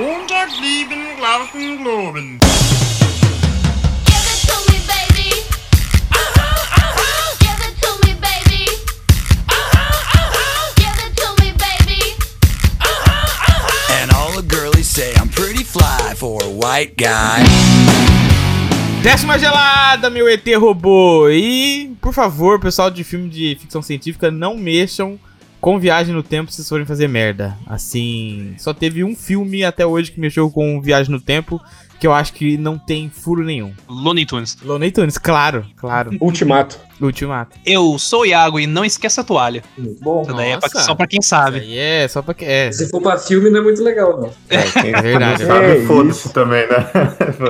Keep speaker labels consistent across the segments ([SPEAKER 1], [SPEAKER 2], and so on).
[SPEAKER 1] Montag lieben, glauben, globen.
[SPEAKER 2] Give it to me, baby. Give it to me, baby. Give it to me, baby.
[SPEAKER 3] And all the girlies say I'm pretty fly for a white guy.
[SPEAKER 4] Décima gelada, meu ET robô! E, por favor, pessoal de filme de ficção científica, não mexam com viagem no tempo se vocês forem fazer merda. Assim, só teve um filme até hoje que mexeu com viagem no tempo, que eu acho que não tem furo nenhum.
[SPEAKER 5] Looney Tunes.
[SPEAKER 4] Loney Tunes, claro, claro.
[SPEAKER 6] Ultimato.
[SPEAKER 4] Ultimato.
[SPEAKER 5] Eu sou o Iago e não esqueça a toalha.
[SPEAKER 6] Muito bom.
[SPEAKER 5] Isso daí é pra-
[SPEAKER 4] Nossa.
[SPEAKER 5] só pra quem
[SPEAKER 4] Isso
[SPEAKER 5] sabe.
[SPEAKER 4] aí é só pra que. É,
[SPEAKER 6] Se for pra filme, não é muito legal, não.
[SPEAKER 4] é verdade.
[SPEAKER 6] É
[SPEAKER 7] Sabe,
[SPEAKER 6] isso.
[SPEAKER 7] foda-se também, né?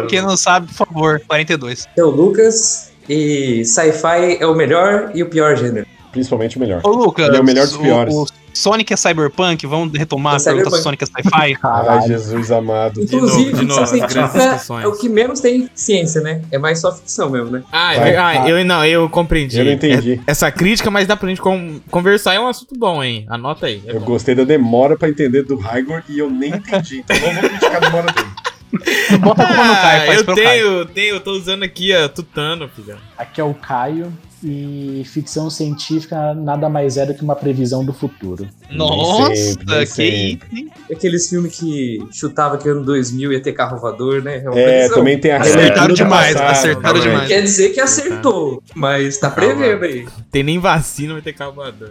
[SPEAKER 5] Quem não sabe, por favor, 42.
[SPEAKER 6] Então, Lucas e sci-fi é o melhor e o pior gênero.
[SPEAKER 8] Principalmente o melhor.
[SPEAKER 5] Ô, Lucas,
[SPEAKER 8] Ele é o melhor dos
[SPEAKER 5] o-
[SPEAKER 8] piores.
[SPEAKER 5] o Sonic é Cyberpunk, vamos retomar a
[SPEAKER 6] É
[SPEAKER 5] pergunta se
[SPEAKER 6] cyberpunk.
[SPEAKER 5] Sonic é Sci-Fi.
[SPEAKER 8] Ai, Jesus amado.
[SPEAKER 6] Inclusive,
[SPEAKER 4] de novo,
[SPEAKER 6] ficção
[SPEAKER 4] as grandes
[SPEAKER 6] científica
[SPEAKER 4] discussões.
[SPEAKER 6] é o que menos tem ciência, né? É mais só ficção mesmo, né?
[SPEAKER 4] Ah,
[SPEAKER 8] Vai.
[SPEAKER 4] ah, eu não, eu compreendi.
[SPEAKER 8] Eu não entendi.
[SPEAKER 4] É- Essa crítica, mas dá pra gente con- conversar, é um assunto bom, hein? Anota aí. é
[SPEAKER 8] Eu
[SPEAKER 4] bom.
[SPEAKER 8] gostei da demora pra entender do Raigor e eu nem entendi. Então não vou criticar a demora dele.
[SPEAKER 5] Bota a culpa no
[SPEAKER 4] Ah,
[SPEAKER 5] Caio, faz
[SPEAKER 4] eu
[SPEAKER 5] pelo Caio.
[SPEAKER 4] tenho, tenho, eu tô usando aqui, ó, tutano, filhão.
[SPEAKER 9] Aqui é o Caio e ficção científica nada mais é do que uma previsão do futuro.
[SPEAKER 5] Nossa,
[SPEAKER 8] Nem sempre, nem
[SPEAKER 5] que isso,
[SPEAKER 8] sempre.
[SPEAKER 5] hein?
[SPEAKER 6] Aqueles filmes que chutava que ano 2000 ia ter carro voador, né? uma
[SPEAKER 8] É,
[SPEAKER 6] previsão.
[SPEAKER 8] também tem a regra
[SPEAKER 5] Acertaram
[SPEAKER 8] do
[SPEAKER 5] demais,
[SPEAKER 8] passado,
[SPEAKER 5] acertaram
[SPEAKER 8] né?
[SPEAKER 5] demais.
[SPEAKER 6] Quer dizer que acertou, mas tá prevendo aí.
[SPEAKER 4] Tem nem vacina, vai ter calvador.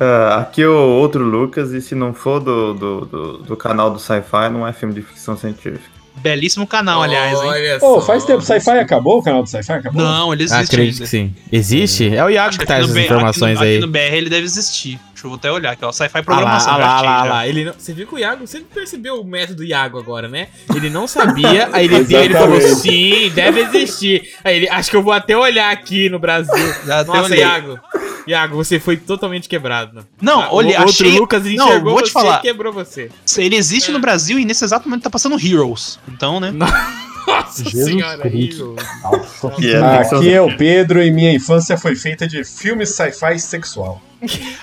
[SPEAKER 7] Ah, aqui é o outro Lucas, e se não for do, do, do, do canal do Sci-Fi, não é filme de ficção científica.
[SPEAKER 5] Belíssimo canal, aliás, hein?
[SPEAKER 4] Olha
[SPEAKER 8] Pô, faz tempo. Sci-Fi acabou? O canal do Sci-Fi acabou?
[SPEAKER 5] Não, ele
[SPEAKER 4] Ah,
[SPEAKER 5] existe
[SPEAKER 4] Acredito que
[SPEAKER 5] ainda.
[SPEAKER 4] sim. Existe? É o Iago que
[SPEAKER 5] Aqui
[SPEAKER 4] traz
[SPEAKER 5] no
[SPEAKER 4] as
[SPEAKER 5] B-
[SPEAKER 4] informações
[SPEAKER 5] aqui no-
[SPEAKER 4] aí.
[SPEAKER 5] Aqui no BR ele deve existir. Deixa eu até olhar aqui, ó. Sci-Fi
[SPEAKER 4] Ah lá,
[SPEAKER 5] programação.
[SPEAKER 4] ah lá, ah
[SPEAKER 5] já
[SPEAKER 4] lá,
[SPEAKER 5] achei, já.
[SPEAKER 4] lá. Ele não, você viu que o Iago, você percebeu o método do Iago agora, né? Ele não sabia, aí ele viu, ele falou,
[SPEAKER 8] Exatamente.
[SPEAKER 4] sim, deve existir. Aí ele, acho que eu vou até olhar aqui no Brasil.
[SPEAKER 5] Já até
[SPEAKER 4] Nossa,
[SPEAKER 5] olhei.
[SPEAKER 4] Iago. Iago, você foi totalmente quebrado.
[SPEAKER 5] Não,
[SPEAKER 4] Ah,
[SPEAKER 5] olha,
[SPEAKER 4] o, outro
[SPEAKER 5] achei.
[SPEAKER 4] Lucas
[SPEAKER 5] Não,
[SPEAKER 4] enxergou
[SPEAKER 5] vou te
[SPEAKER 4] você
[SPEAKER 5] falar.
[SPEAKER 4] e quebrou você.
[SPEAKER 5] Ele existe no Brasil e nesse exato momento tá passando Heroes. Então, né?
[SPEAKER 4] Nossa
[SPEAKER 9] Jesus
[SPEAKER 4] senhora,
[SPEAKER 9] Cristo.
[SPEAKER 4] Igor.
[SPEAKER 9] Nossa.
[SPEAKER 7] Que é
[SPEAKER 10] Ah,
[SPEAKER 7] ficção
[SPEAKER 8] Aqui é o Pedro e minha infância foi feita de filme sci-fi sexual.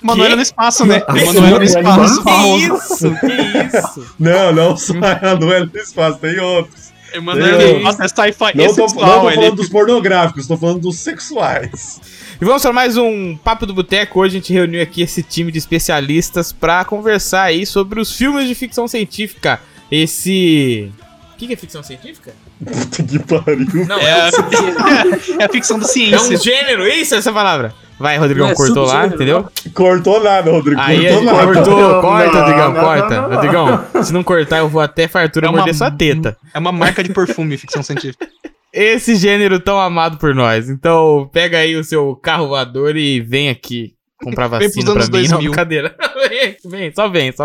[SPEAKER 5] Manoel no espaço, né? Manoel no
[SPEAKER 8] Isso, Manoel no
[SPEAKER 5] espaço.
[SPEAKER 4] Que isso, que isso.
[SPEAKER 8] Não, não, só não é do espaço, tem outros.
[SPEAKER 5] Manoel no
[SPEAKER 8] Não.
[SPEAKER 5] espaço é sci-fi.
[SPEAKER 8] Não
[SPEAKER 5] é
[SPEAKER 8] tô,
[SPEAKER 5] sexual,
[SPEAKER 8] não tô
[SPEAKER 5] ele-
[SPEAKER 8] falando dos pornográficos, tô falando dos sexuais.
[SPEAKER 4] E vamos para mais um Papo do Boteco. Hoje a gente reuniu aqui esse time de especialistas para conversar aí sobre os filmes de ficção científica. Esse. O que, que é ficção científica?
[SPEAKER 8] Puta que pariu.
[SPEAKER 4] Não,
[SPEAKER 5] É,
[SPEAKER 4] é,
[SPEAKER 5] a- é a ficção da
[SPEAKER 4] um
[SPEAKER 5] ciência.
[SPEAKER 4] gênero, isso, essa palavra. Vai, Rodrigão,
[SPEAKER 6] Não, é
[SPEAKER 4] cortou lá,
[SPEAKER 6] subgênero,
[SPEAKER 4] entendeu?
[SPEAKER 8] Cortou nada, Rodrigo.
[SPEAKER 4] Aí
[SPEAKER 8] cortou
[SPEAKER 4] ele
[SPEAKER 8] nada.
[SPEAKER 4] cortou,
[SPEAKER 7] Não,
[SPEAKER 4] corta,
[SPEAKER 7] não,
[SPEAKER 4] Rodrigão,
[SPEAKER 7] não,
[SPEAKER 4] corta.
[SPEAKER 7] não, não.
[SPEAKER 4] Rodrigão, se não cortar, eu vou até fartura
[SPEAKER 5] É uma-
[SPEAKER 4] morder sua teta.
[SPEAKER 8] um-
[SPEAKER 5] É uma marca de perfume, ficção científica.
[SPEAKER 4] Esse gênero tão amado por nós. Então, pega aí o seu carro voador e vem aqui comprar
[SPEAKER 5] Vem pros
[SPEAKER 4] vacina pra
[SPEAKER 5] anos
[SPEAKER 4] mim. Não,
[SPEAKER 5] 2000.
[SPEAKER 4] brincadeira. Vem, vem, só vem, só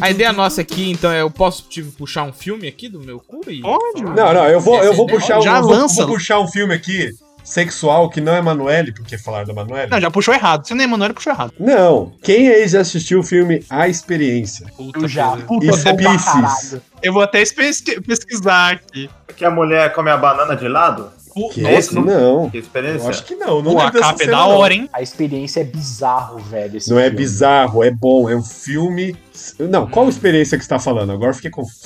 [SPEAKER 4] A ideia nossa aqui, então, é eu posso tipo, puxar um filme aqui do meu cu e.
[SPEAKER 5] Pode,
[SPEAKER 4] falar?
[SPEAKER 8] Não, não, eu vou, eu vou
[SPEAKER 4] Essa é a
[SPEAKER 8] puxar um,
[SPEAKER 5] Já
[SPEAKER 8] eu vou,
[SPEAKER 5] lança. né?
[SPEAKER 8] vou puxar um filme aqui sexual que não é Manoel, porque falaram da Manoel.
[SPEAKER 5] Não, já puxou errado. Se não é Manoel, puxou errado.
[SPEAKER 8] Não, quem aí já assistiu o filme A Experiência? é
[SPEAKER 5] Puta
[SPEAKER 9] Eu já.
[SPEAKER 5] coisa.
[SPEAKER 9] Puta,
[SPEAKER 8] E
[SPEAKER 9] bom pra
[SPEAKER 8] Species.
[SPEAKER 9] caralho.
[SPEAKER 5] Eu vou até pesqui- pesquisar aqui.
[SPEAKER 7] Que a mulher come a banana de lado?
[SPEAKER 5] O-
[SPEAKER 8] Que
[SPEAKER 7] Nossa,
[SPEAKER 8] não.
[SPEAKER 7] não-
[SPEAKER 8] não.
[SPEAKER 7] Que
[SPEAKER 8] Eu
[SPEAKER 7] experiência.
[SPEAKER 8] acho que não. não
[SPEAKER 5] Pô, a
[SPEAKER 8] lembro dessa
[SPEAKER 5] capa é
[SPEAKER 8] cena,
[SPEAKER 5] da
[SPEAKER 8] não.
[SPEAKER 5] hora, hein?
[SPEAKER 9] A experiência é bizarro, velho. esse
[SPEAKER 8] Não é
[SPEAKER 9] filme.
[SPEAKER 8] bizarro, é bom, é um filme. Não, qual experiência que você tá falando? Agora eu fiquei confuso.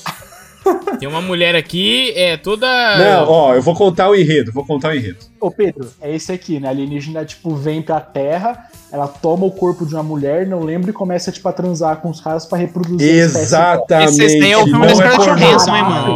[SPEAKER 4] Tem uma mulher aqui, é toda.
[SPEAKER 8] Não, ó, eu vou contar o enredo, vou contar o enredo.
[SPEAKER 9] Ô Pedro, é esse aqui, né? A alienígena, tipo, vem pra Terra, ela toma o corpo de uma mulher, não lembra e começa, tipo, a transar com os caras pra reproduzir
[SPEAKER 5] é
[SPEAKER 9] a espécie
[SPEAKER 8] Exatamente.
[SPEAKER 5] Esse daí é o filme
[SPEAKER 8] não
[SPEAKER 5] da
[SPEAKER 8] é
[SPEAKER 5] Scarlett
[SPEAKER 8] pornô.
[SPEAKER 5] Johansson, hein, mano?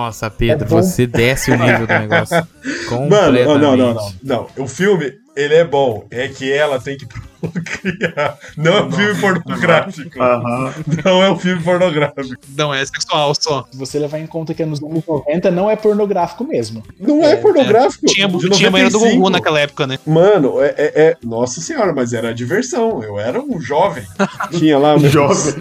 [SPEAKER 4] Nossa, Pedro,
[SPEAKER 9] É bom.
[SPEAKER 4] você desce o nível do negócio.
[SPEAKER 8] Mano,
[SPEAKER 4] Completamente.
[SPEAKER 8] não, não, não, não, não. O filme, ele é bom. É que ela tem que procriar. Não é um filme pornográfico.
[SPEAKER 7] Aham.
[SPEAKER 8] Não é um filme pornográfico.
[SPEAKER 5] Não, é sexual só.
[SPEAKER 9] Se você levar em conta que é nos anos 90, não é pornográfico mesmo.
[SPEAKER 8] Não é, pornográfico.
[SPEAKER 5] Tinha,
[SPEAKER 8] De
[SPEAKER 5] tinha banheiro do
[SPEAKER 8] 95.
[SPEAKER 5] Gugu naquela época, né?
[SPEAKER 8] Mano, é, é- é- Nossa senhora, mas era diversão. Eu era um jovem. Tinha lá um
[SPEAKER 7] Jovem.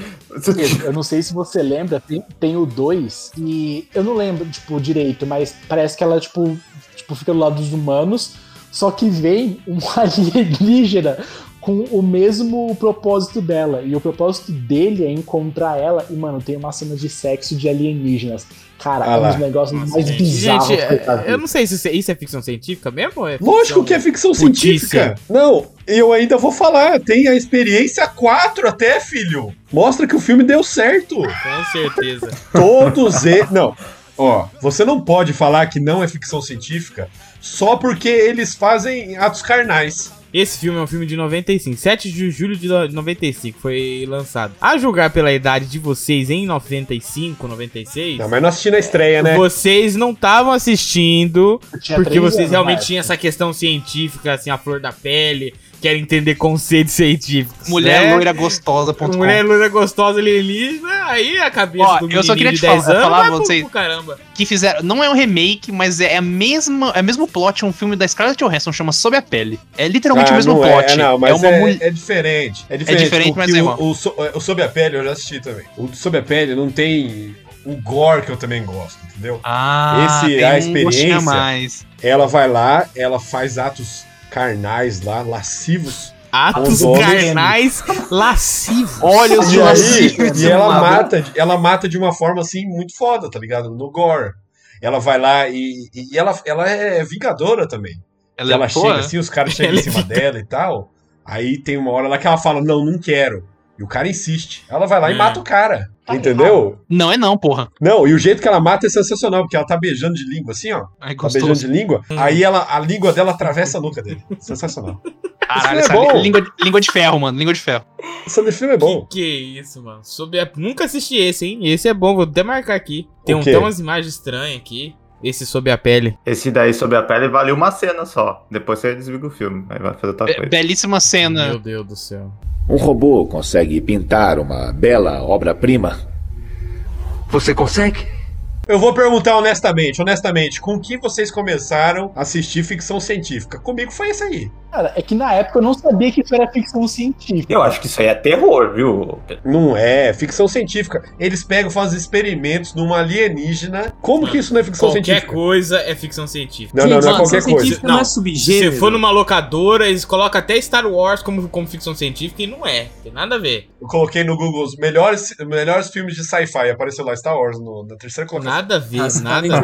[SPEAKER 9] Pedro, eu não sei se você lembra, tem, tem o 2 e eu não lembro, tipo, direito, mas parece que ela, tipo, tipo, fica do lado dos humanos, só que vem um alienígena
[SPEAKER 10] com o mesmo propósito dela. E o propósito dele é encontrar ela. E, mano, tem uma cena de sexo é de alienígenas. Cara,
[SPEAKER 8] Ah
[SPEAKER 10] é um
[SPEAKER 8] lá.
[SPEAKER 10] dos negócios
[SPEAKER 11] Nossa,
[SPEAKER 10] mais
[SPEAKER 11] gente.
[SPEAKER 10] bizarros
[SPEAKER 4] Gente, é,
[SPEAKER 10] que eu já vi.
[SPEAKER 4] eu não sei se isso é, isso é ficção científica mesmo. ou É
[SPEAKER 8] Lógico que é ficção
[SPEAKER 4] Putícia.
[SPEAKER 8] científica. Não, eu ainda vou falar. Tem a experiência 4 até, filho. Mostra que o filme deu certo.
[SPEAKER 4] Com certeza.
[SPEAKER 8] Todos eles. Não. Ó, você não pode falar que não é ficção científica só porque eles fazem atos carnais.
[SPEAKER 4] Esse filme é um filme de 95, 7 de julho de 95 foi lançado. A julgar pela idade de vocês em 95, 96,
[SPEAKER 8] Não, mas não assisti na estreia, Tá né?
[SPEAKER 4] vocês não estavam assistindo
[SPEAKER 10] Eu tinha
[SPEAKER 4] porque
[SPEAKER 10] três
[SPEAKER 4] vocês
[SPEAKER 10] anos,
[SPEAKER 4] realmente
[SPEAKER 10] Marcos.
[SPEAKER 4] tinham essa questão científica, assim, a flor da pele, querem entender conceitos científicos.
[SPEAKER 5] Mulher
[SPEAKER 8] É
[SPEAKER 4] né?
[SPEAKER 5] loira gostosa.com.
[SPEAKER 4] Mulher loira gostosa, alienígena, aí a cabeça
[SPEAKER 5] Ó,
[SPEAKER 4] do
[SPEAKER 5] eu
[SPEAKER 4] menininho
[SPEAKER 5] só queria
[SPEAKER 4] de
[SPEAKER 5] te
[SPEAKER 4] 10
[SPEAKER 5] falar-
[SPEAKER 4] anos
[SPEAKER 5] falar
[SPEAKER 4] vai
[SPEAKER 5] pra
[SPEAKER 4] pro-
[SPEAKER 5] vocês.
[SPEAKER 4] pro caramba.
[SPEAKER 5] Que fizeram. Não é um remake, mas é a mesma. É o mesmo plot. É um filme da Scarlett Johansson, chama Sob a Pele. É literalmente
[SPEAKER 8] Ah,
[SPEAKER 5] o mesmo
[SPEAKER 8] não
[SPEAKER 5] plot.
[SPEAKER 8] É, não, mas
[SPEAKER 5] uma
[SPEAKER 8] é,
[SPEAKER 5] mulher.
[SPEAKER 8] é diferente. É diferente,
[SPEAKER 5] diferente,
[SPEAKER 8] porque
[SPEAKER 5] mas é
[SPEAKER 8] o,
[SPEAKER 5] igual.
[SPEAKER 8] o, so- o Sob a Pele eu já assisti também. O Sob a Pele não tem o gore que eu também gosto, entendeu?
[SPEAKER 5] Ah,
[SPEAKER 8] Esse-
[SPEAKER 5] tem
[SPEAKER 8] a
[SPEAKER 5] um
[SPEAKER 8] experiência-
[SPEAKER 5] gostinho a mais.
[SPEAKER 8] Ela vai lá, ela faz atos carnais lá, lascivos.
[SPEAKER 4] Atos
[SPEAKER 8] Bom,
[SPEAKER 4] carnais
[SPEAKER 8] um
[SPEAKER 4] lascivos.
[SPEAKER 5] Olhos
[SPEAKER 8] E
[SPEAKER 5] de
[SPEAKER 8] aí,
[SPEAKER 5] lascivos.
[SPEAKER 8] e ela mata, de- ela mata de uma forma assim muito foda, tá ligado? No gore. Ela vai lá e, e ela, ela é vingadora também. Ela,
[SPEAKER 5] Ela, é
[SPEAKER 8] chega
[SPEAKER 5] boa.
[SPEAKER 8] assim, os caras chegam
[SPEAKER 4] Ela
[SPEAKER 8] em
[SPEAKER 4] é
[SPEAKER 8] cima dela e tal. Aí tem uma hora lá que ela fala: Não, não quero. E o cara insiste. Ela vai lá e
[SPEAKER 5] É.
[SPEAKER 4] Hum.
[SPEAKER 8] mata o cara. entendeu?
[SPEAKER 5] Não é não, porra.
[SPEAKER 8] Não, e o jeito que ela mata é sensacional, porque ela tá beijando de língua assim, ó.
[SPEAKER 5] É
[SPEAKER 8] Tá beijando
[SPEAKER 5] gostoso. Hum.
[SPEAKER 8] de língua. Aí ela, a língua dela atravessa a nuca dele. Sensacional.
[SPEAKER 5] Caralho,
[SPEAKER 8] Isso é
[SPEAKER 5] sabe?
[SPEAKER 8] bom.
[SPEAKER 5] Língua, de- língua de ferro, mano. Língua de ferro.
[SPEAKER 8] Esse filme é bom.
[SPEAKER 4] Que isso, mano. Sobre a- Nunca assisti esse, hein? Esse é bom, vou até marcar aqui. Tem, um,
[SPEAKER 8] quê?
[SPEAKER 4] tem umas imagens estranhas aqui. Esse sob a pele.
[SPEAKER 7] Esse daí sobre a pele valeu uma cena só. Depois você desliga o filme. Aí vai fazer outra
[SPEAKER 5] Be-
[SPEAKER 7] coisa.
[SPEAKER 5] belíssima cena.
[SPEAKER 4] Meu Deus do céu.
[SPEAKER 1] Um robô consegue pintar uma bela obra-prima. Você consegue?
[SPEAKER 8] Eu vou perguntar honestamente, honestamente, com que vocês começaram a assistir ficção científica? Comigo foi isso aí.
[SPEAKER 10] Cara, é que na época eu não sabia que isso era ficção científica.
[SPEAKER 7] Eu acho que isso aí é terror, viu?
[SPEAKER 8] Não é, ficção científica. Eles pegam, fazem experimentos numa alienígena. Como que isso não é ficção
[SPEAKER 4] Qualquer
[SPEAKER 8] científica?
[SPEAKER 4] coisa é ficção científica.
[SPEAKER 8] Não, não, não é
[SPEAKER 6] Gente,
[SPEAKER 8] qualquer
[SPEAKER 6] ficção
[SPEAKER 8] coisa.
[SPEAKER 6] científica não,
[SPEAKER 4] Não,
[SPEAKER 6] é subgênero.
[SPEAKER 4] Se for numa locadora, eles colocam até Star Wars como, como ficção científica e não é. Tem nada a ver.
[SPEAKER 8] Eu coloquei no Google os melhores, melhores filmes de sci-fi. Apareceu lá Star Wars no- na terceira colocação.
[SPEAKER 4] Nada a ver,
[SPEAKER 6] Nossa,
[SPEAKER 4] nada a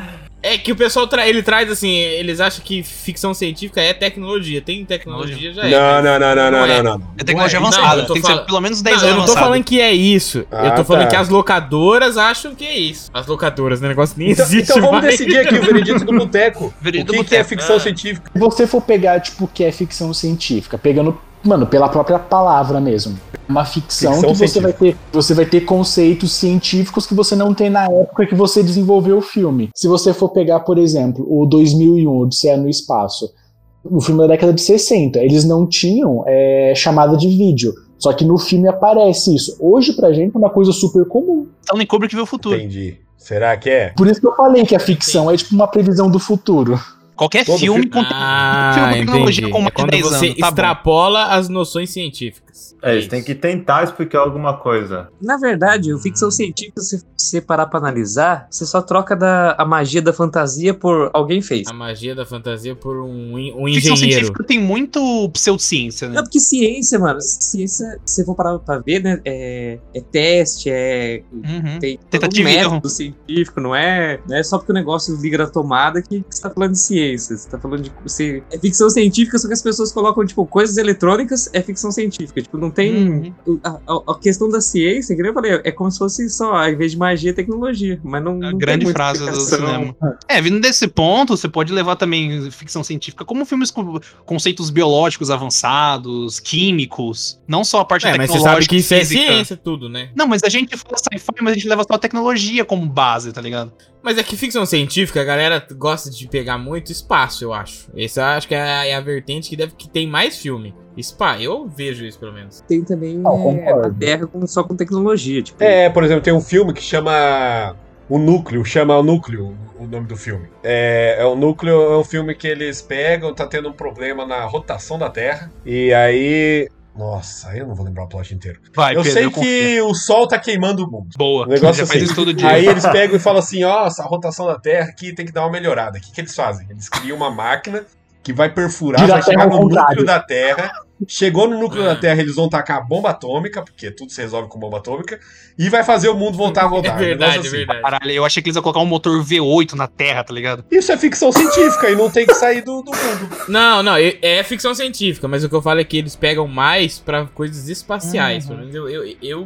[SPEAKER 4] ver. É que o pessoal tra- ele traz assim, eles acham que ficção científica é tecnologia. Tem tecnologia, já é.
[SPEAKER 8] Não, não, não, não, não,
[SPEAKER 5] Não é.
[SPEAKER 8] não, não. não.
[SPEAKER 5] É tecnologia
[SPEAKER 4] Não,
[SPEAKER 5] avançada.
[SPEAKER 4] eu tô
[SPEAKER 5] Tem que ser
[SPEAKER 4] falando-
[SPEAKER 5] pelo menos 10
[SPEAKER 4] Não, eu
[SPEAKER 5] anos
[SPEAKER 4] não tô
[SPEAKER 5] avançada.
[SPEAKER 4] falando que é isso. eu
[SPEAKER 8] Ah,
[SPEAKER 4] tô falando
[SPEAKER 8] tá.
[SPEAKER 4] que as locadoras acham que é isso. As locadoras, né? O negócio nem
[SPEAKER 8] Então,
[SPEAKER 4] existe
[SPEAKER 8] então vamos
[SPEAKER 4] mais.
[SPEAKER 8] decidir aqui o veredito do boteco. O que,
[SPEAKER 5] Veredito do
[SPEAKER 8] que é
[SPEAKER 5] boteco.
[SPEAKER 8] ficção
[SPEAKER 4] Ah.
[SPEAKER 8] científica?
[SPEAKER 10] Se você for pegar, tipo, o que é ficção científica, pegando, mano, pela própria palavra mesmo. Uma ficção,
[SPEAKER 8] Ficção
[SPEAKER 10] Então, que você vai, ter, você vai ter conceitos científicos que você não tem na época que você desenvolveu o filme. Se você for pegar, por exemplo, o 2001, Odisseia no Espaço, o filme da década de 60, eles não tinham é, chamada de vídeo. Só que no filme aparece isso. Hoje, pra gente, é uma coisa super comum.
[SPEAKER 5] Stanley Kubrick vê o futuro.
[SPEAKER 8] Entendi. Será que é?
[SPEAKER 10] Por isso que eu falei que a ficção é tipo uma previsão do futuro.
[SPEAKER 5] Qualquer
[SPEAKER 8] Todo
[SPEAKER 5] filme
[SPEAKER 8] filme-
[SPEAKER 5] com
[SPEAKER 4] Ah,
[SPEAKER 5] filme com
[SPEAKER 4] entendi.
[SPEAKER 5] Tipo, tecnologia com
[SPEAKER 4] É
[SPEAKER 5] mais de
[SPEAKER 4] quando
[SPEAKER 5] 10
[SPEAKER 4] você
[SPEAKER 5] anos, tá bom.
[SPEAKER 4] extrapola as noções científicas.
[SPEAKER 7] É, eles têm que tentar explicar alguma coisa.
[SPEAKER 6] Na verdade, o ficção científica, se você parar pra analisar, você só troca da, a magia da fantasia por alguém fez.
[SPEAKER 4] A magia da fantasia por um, en- um
[SPEAKER 5] Ficção
[SPEAKER 4] engenheiro.
[SPEAKER 5] científica tem muito pseudociência, né?
[SPEAKER 6] Não, porque ciência, mano, ciência, se você for parar pra ver, né, é, é teste, é...
[SPEAKER 5] Uhum.
[SPEAKER 6] Tem todo
[SPEAKER 5] Tentativa
[SPEAKER 6] um
[SPEAKER 5] e erro.
[SPEAKER 6] método científico, não é, não é só porque o negócio liga na tomada que você tá falando de ciência, você tá falando de... Você, é ficção científica, só que as pessoas colocam, tipo, coisas eletrônicas, é ficção científica, tipo, não tem...
[SPEAKER 5] Uhum.
[SPEAKER 6] A, a- a questão da ciência, que nem eu falei, é como se fosse só, ao invés de magia, é tecnologia. Mas não.
[SPEAKER 5] A
[SPEAKER 6] não tem
[SPEAKER 5] grande
[SPEAKER 6] muita
[SPEAKER 5] frase do
[SPEAKER 6] explicação.
[SPEAKER 5] cinema. É, vindo desse ponto, você pode levar também ficção científica como filmes com conceitos biológicos avançados, químicos, não só a parte
[SPEAKER 4] É, mas você
[SPEAKER 5] tecnológica.
[SPEAKER 4] sabe que isso é
[SPEAKER 5] física.
[SPEAKER 4] ciência, tudo, né?
[SPEAKER 5] Não, mas a gente fala sci-fi, mas a gente leva só a tecnologia como base, tá ligado?
[SPEAKER 4] Mas é que ficção científica, a galera gosta de pegar muito espaço, eu acho. Essa eu acho que é a, é a vertente que deve que tem mais filme. Spa, eu vejo isso pelo menos.
[SPEAKER 6] Tem também
[SPEAKER 10] Não,
[SPEAKER 6] é,
[SPEAKER 10] concordo.
[SPEAKER 6] a Terra com- só com tecnologia. Tipo,
[SPEAKER 8] É, por exemplo, tem um filme que chama O Núcleo, chama O Núcleo o nome do filme. É, é o Núcleo é um filme que eles pegam, tá tendo um problema na rotação da Terra, e aí... Nossa, aí eu não vou lembrar o plot inteiro.
[SPEAKER 5] Vai,
[SPEAKER 8] eu
[SPEAKER 5] Pedro,
[SPEAKER 8] sei
[SPEAKER 5] confio.
[SPEAKER 8] que o Sol tá queimando o mundo.
[SPEAKER 5] Boa.
[SPEAKER 8] O negócio
[SPEAKER 5] já faz
[SPEAKER 8] assim,
[SPEAKER 5] isso todo dia.
[SPEAKER 8] Aí eles pegam e falam assim, ó, essa rotação da Terra aqui tem que dar uma melhorada. O que, que eles fazem? Eles criam uma máquina que vai perfurar,
[SPEAKER 3] Gira
[SPEAKER 8] vai
[SPEAKER 3] a Terra
[SPEAKER 8] chegar
[SPEAKER 3] ao
[SPEAKER 8] no núcleo
[SPEAKER 3] contrário.
[SPEAKER 8] da Terra. Chegou no núcleo
[SPEAKER 4] É.
[SPEAKER 8] da Terra, eles vão tacar a bomba atômica, porque tudo se resolve com bomba atômica, e vai fazer o mundo voltar a
[SPEAKER 4] É
[SPEAKER 8] rodar. um negócio
[SPEAKER 4] verdade, é
[SPEAKER 8] assim.
[SPEAKER 4] verdade.
[SPEAKER 5] Caralho, eu achei que eles iam colocar um motor V8 na Terra, tá ligado?
[SPEAKER 8] Isso é ficção científica e não tem que sair do, do mundo.
[SPEAKER 4] Não, não, eu- é ficção científica, mas o que eu falo é que eles pegam mais pra coisas
[SPEAKER 8] Uhum.
[SPEAKER 4] espaciais. Pelo menos eu, eu, eu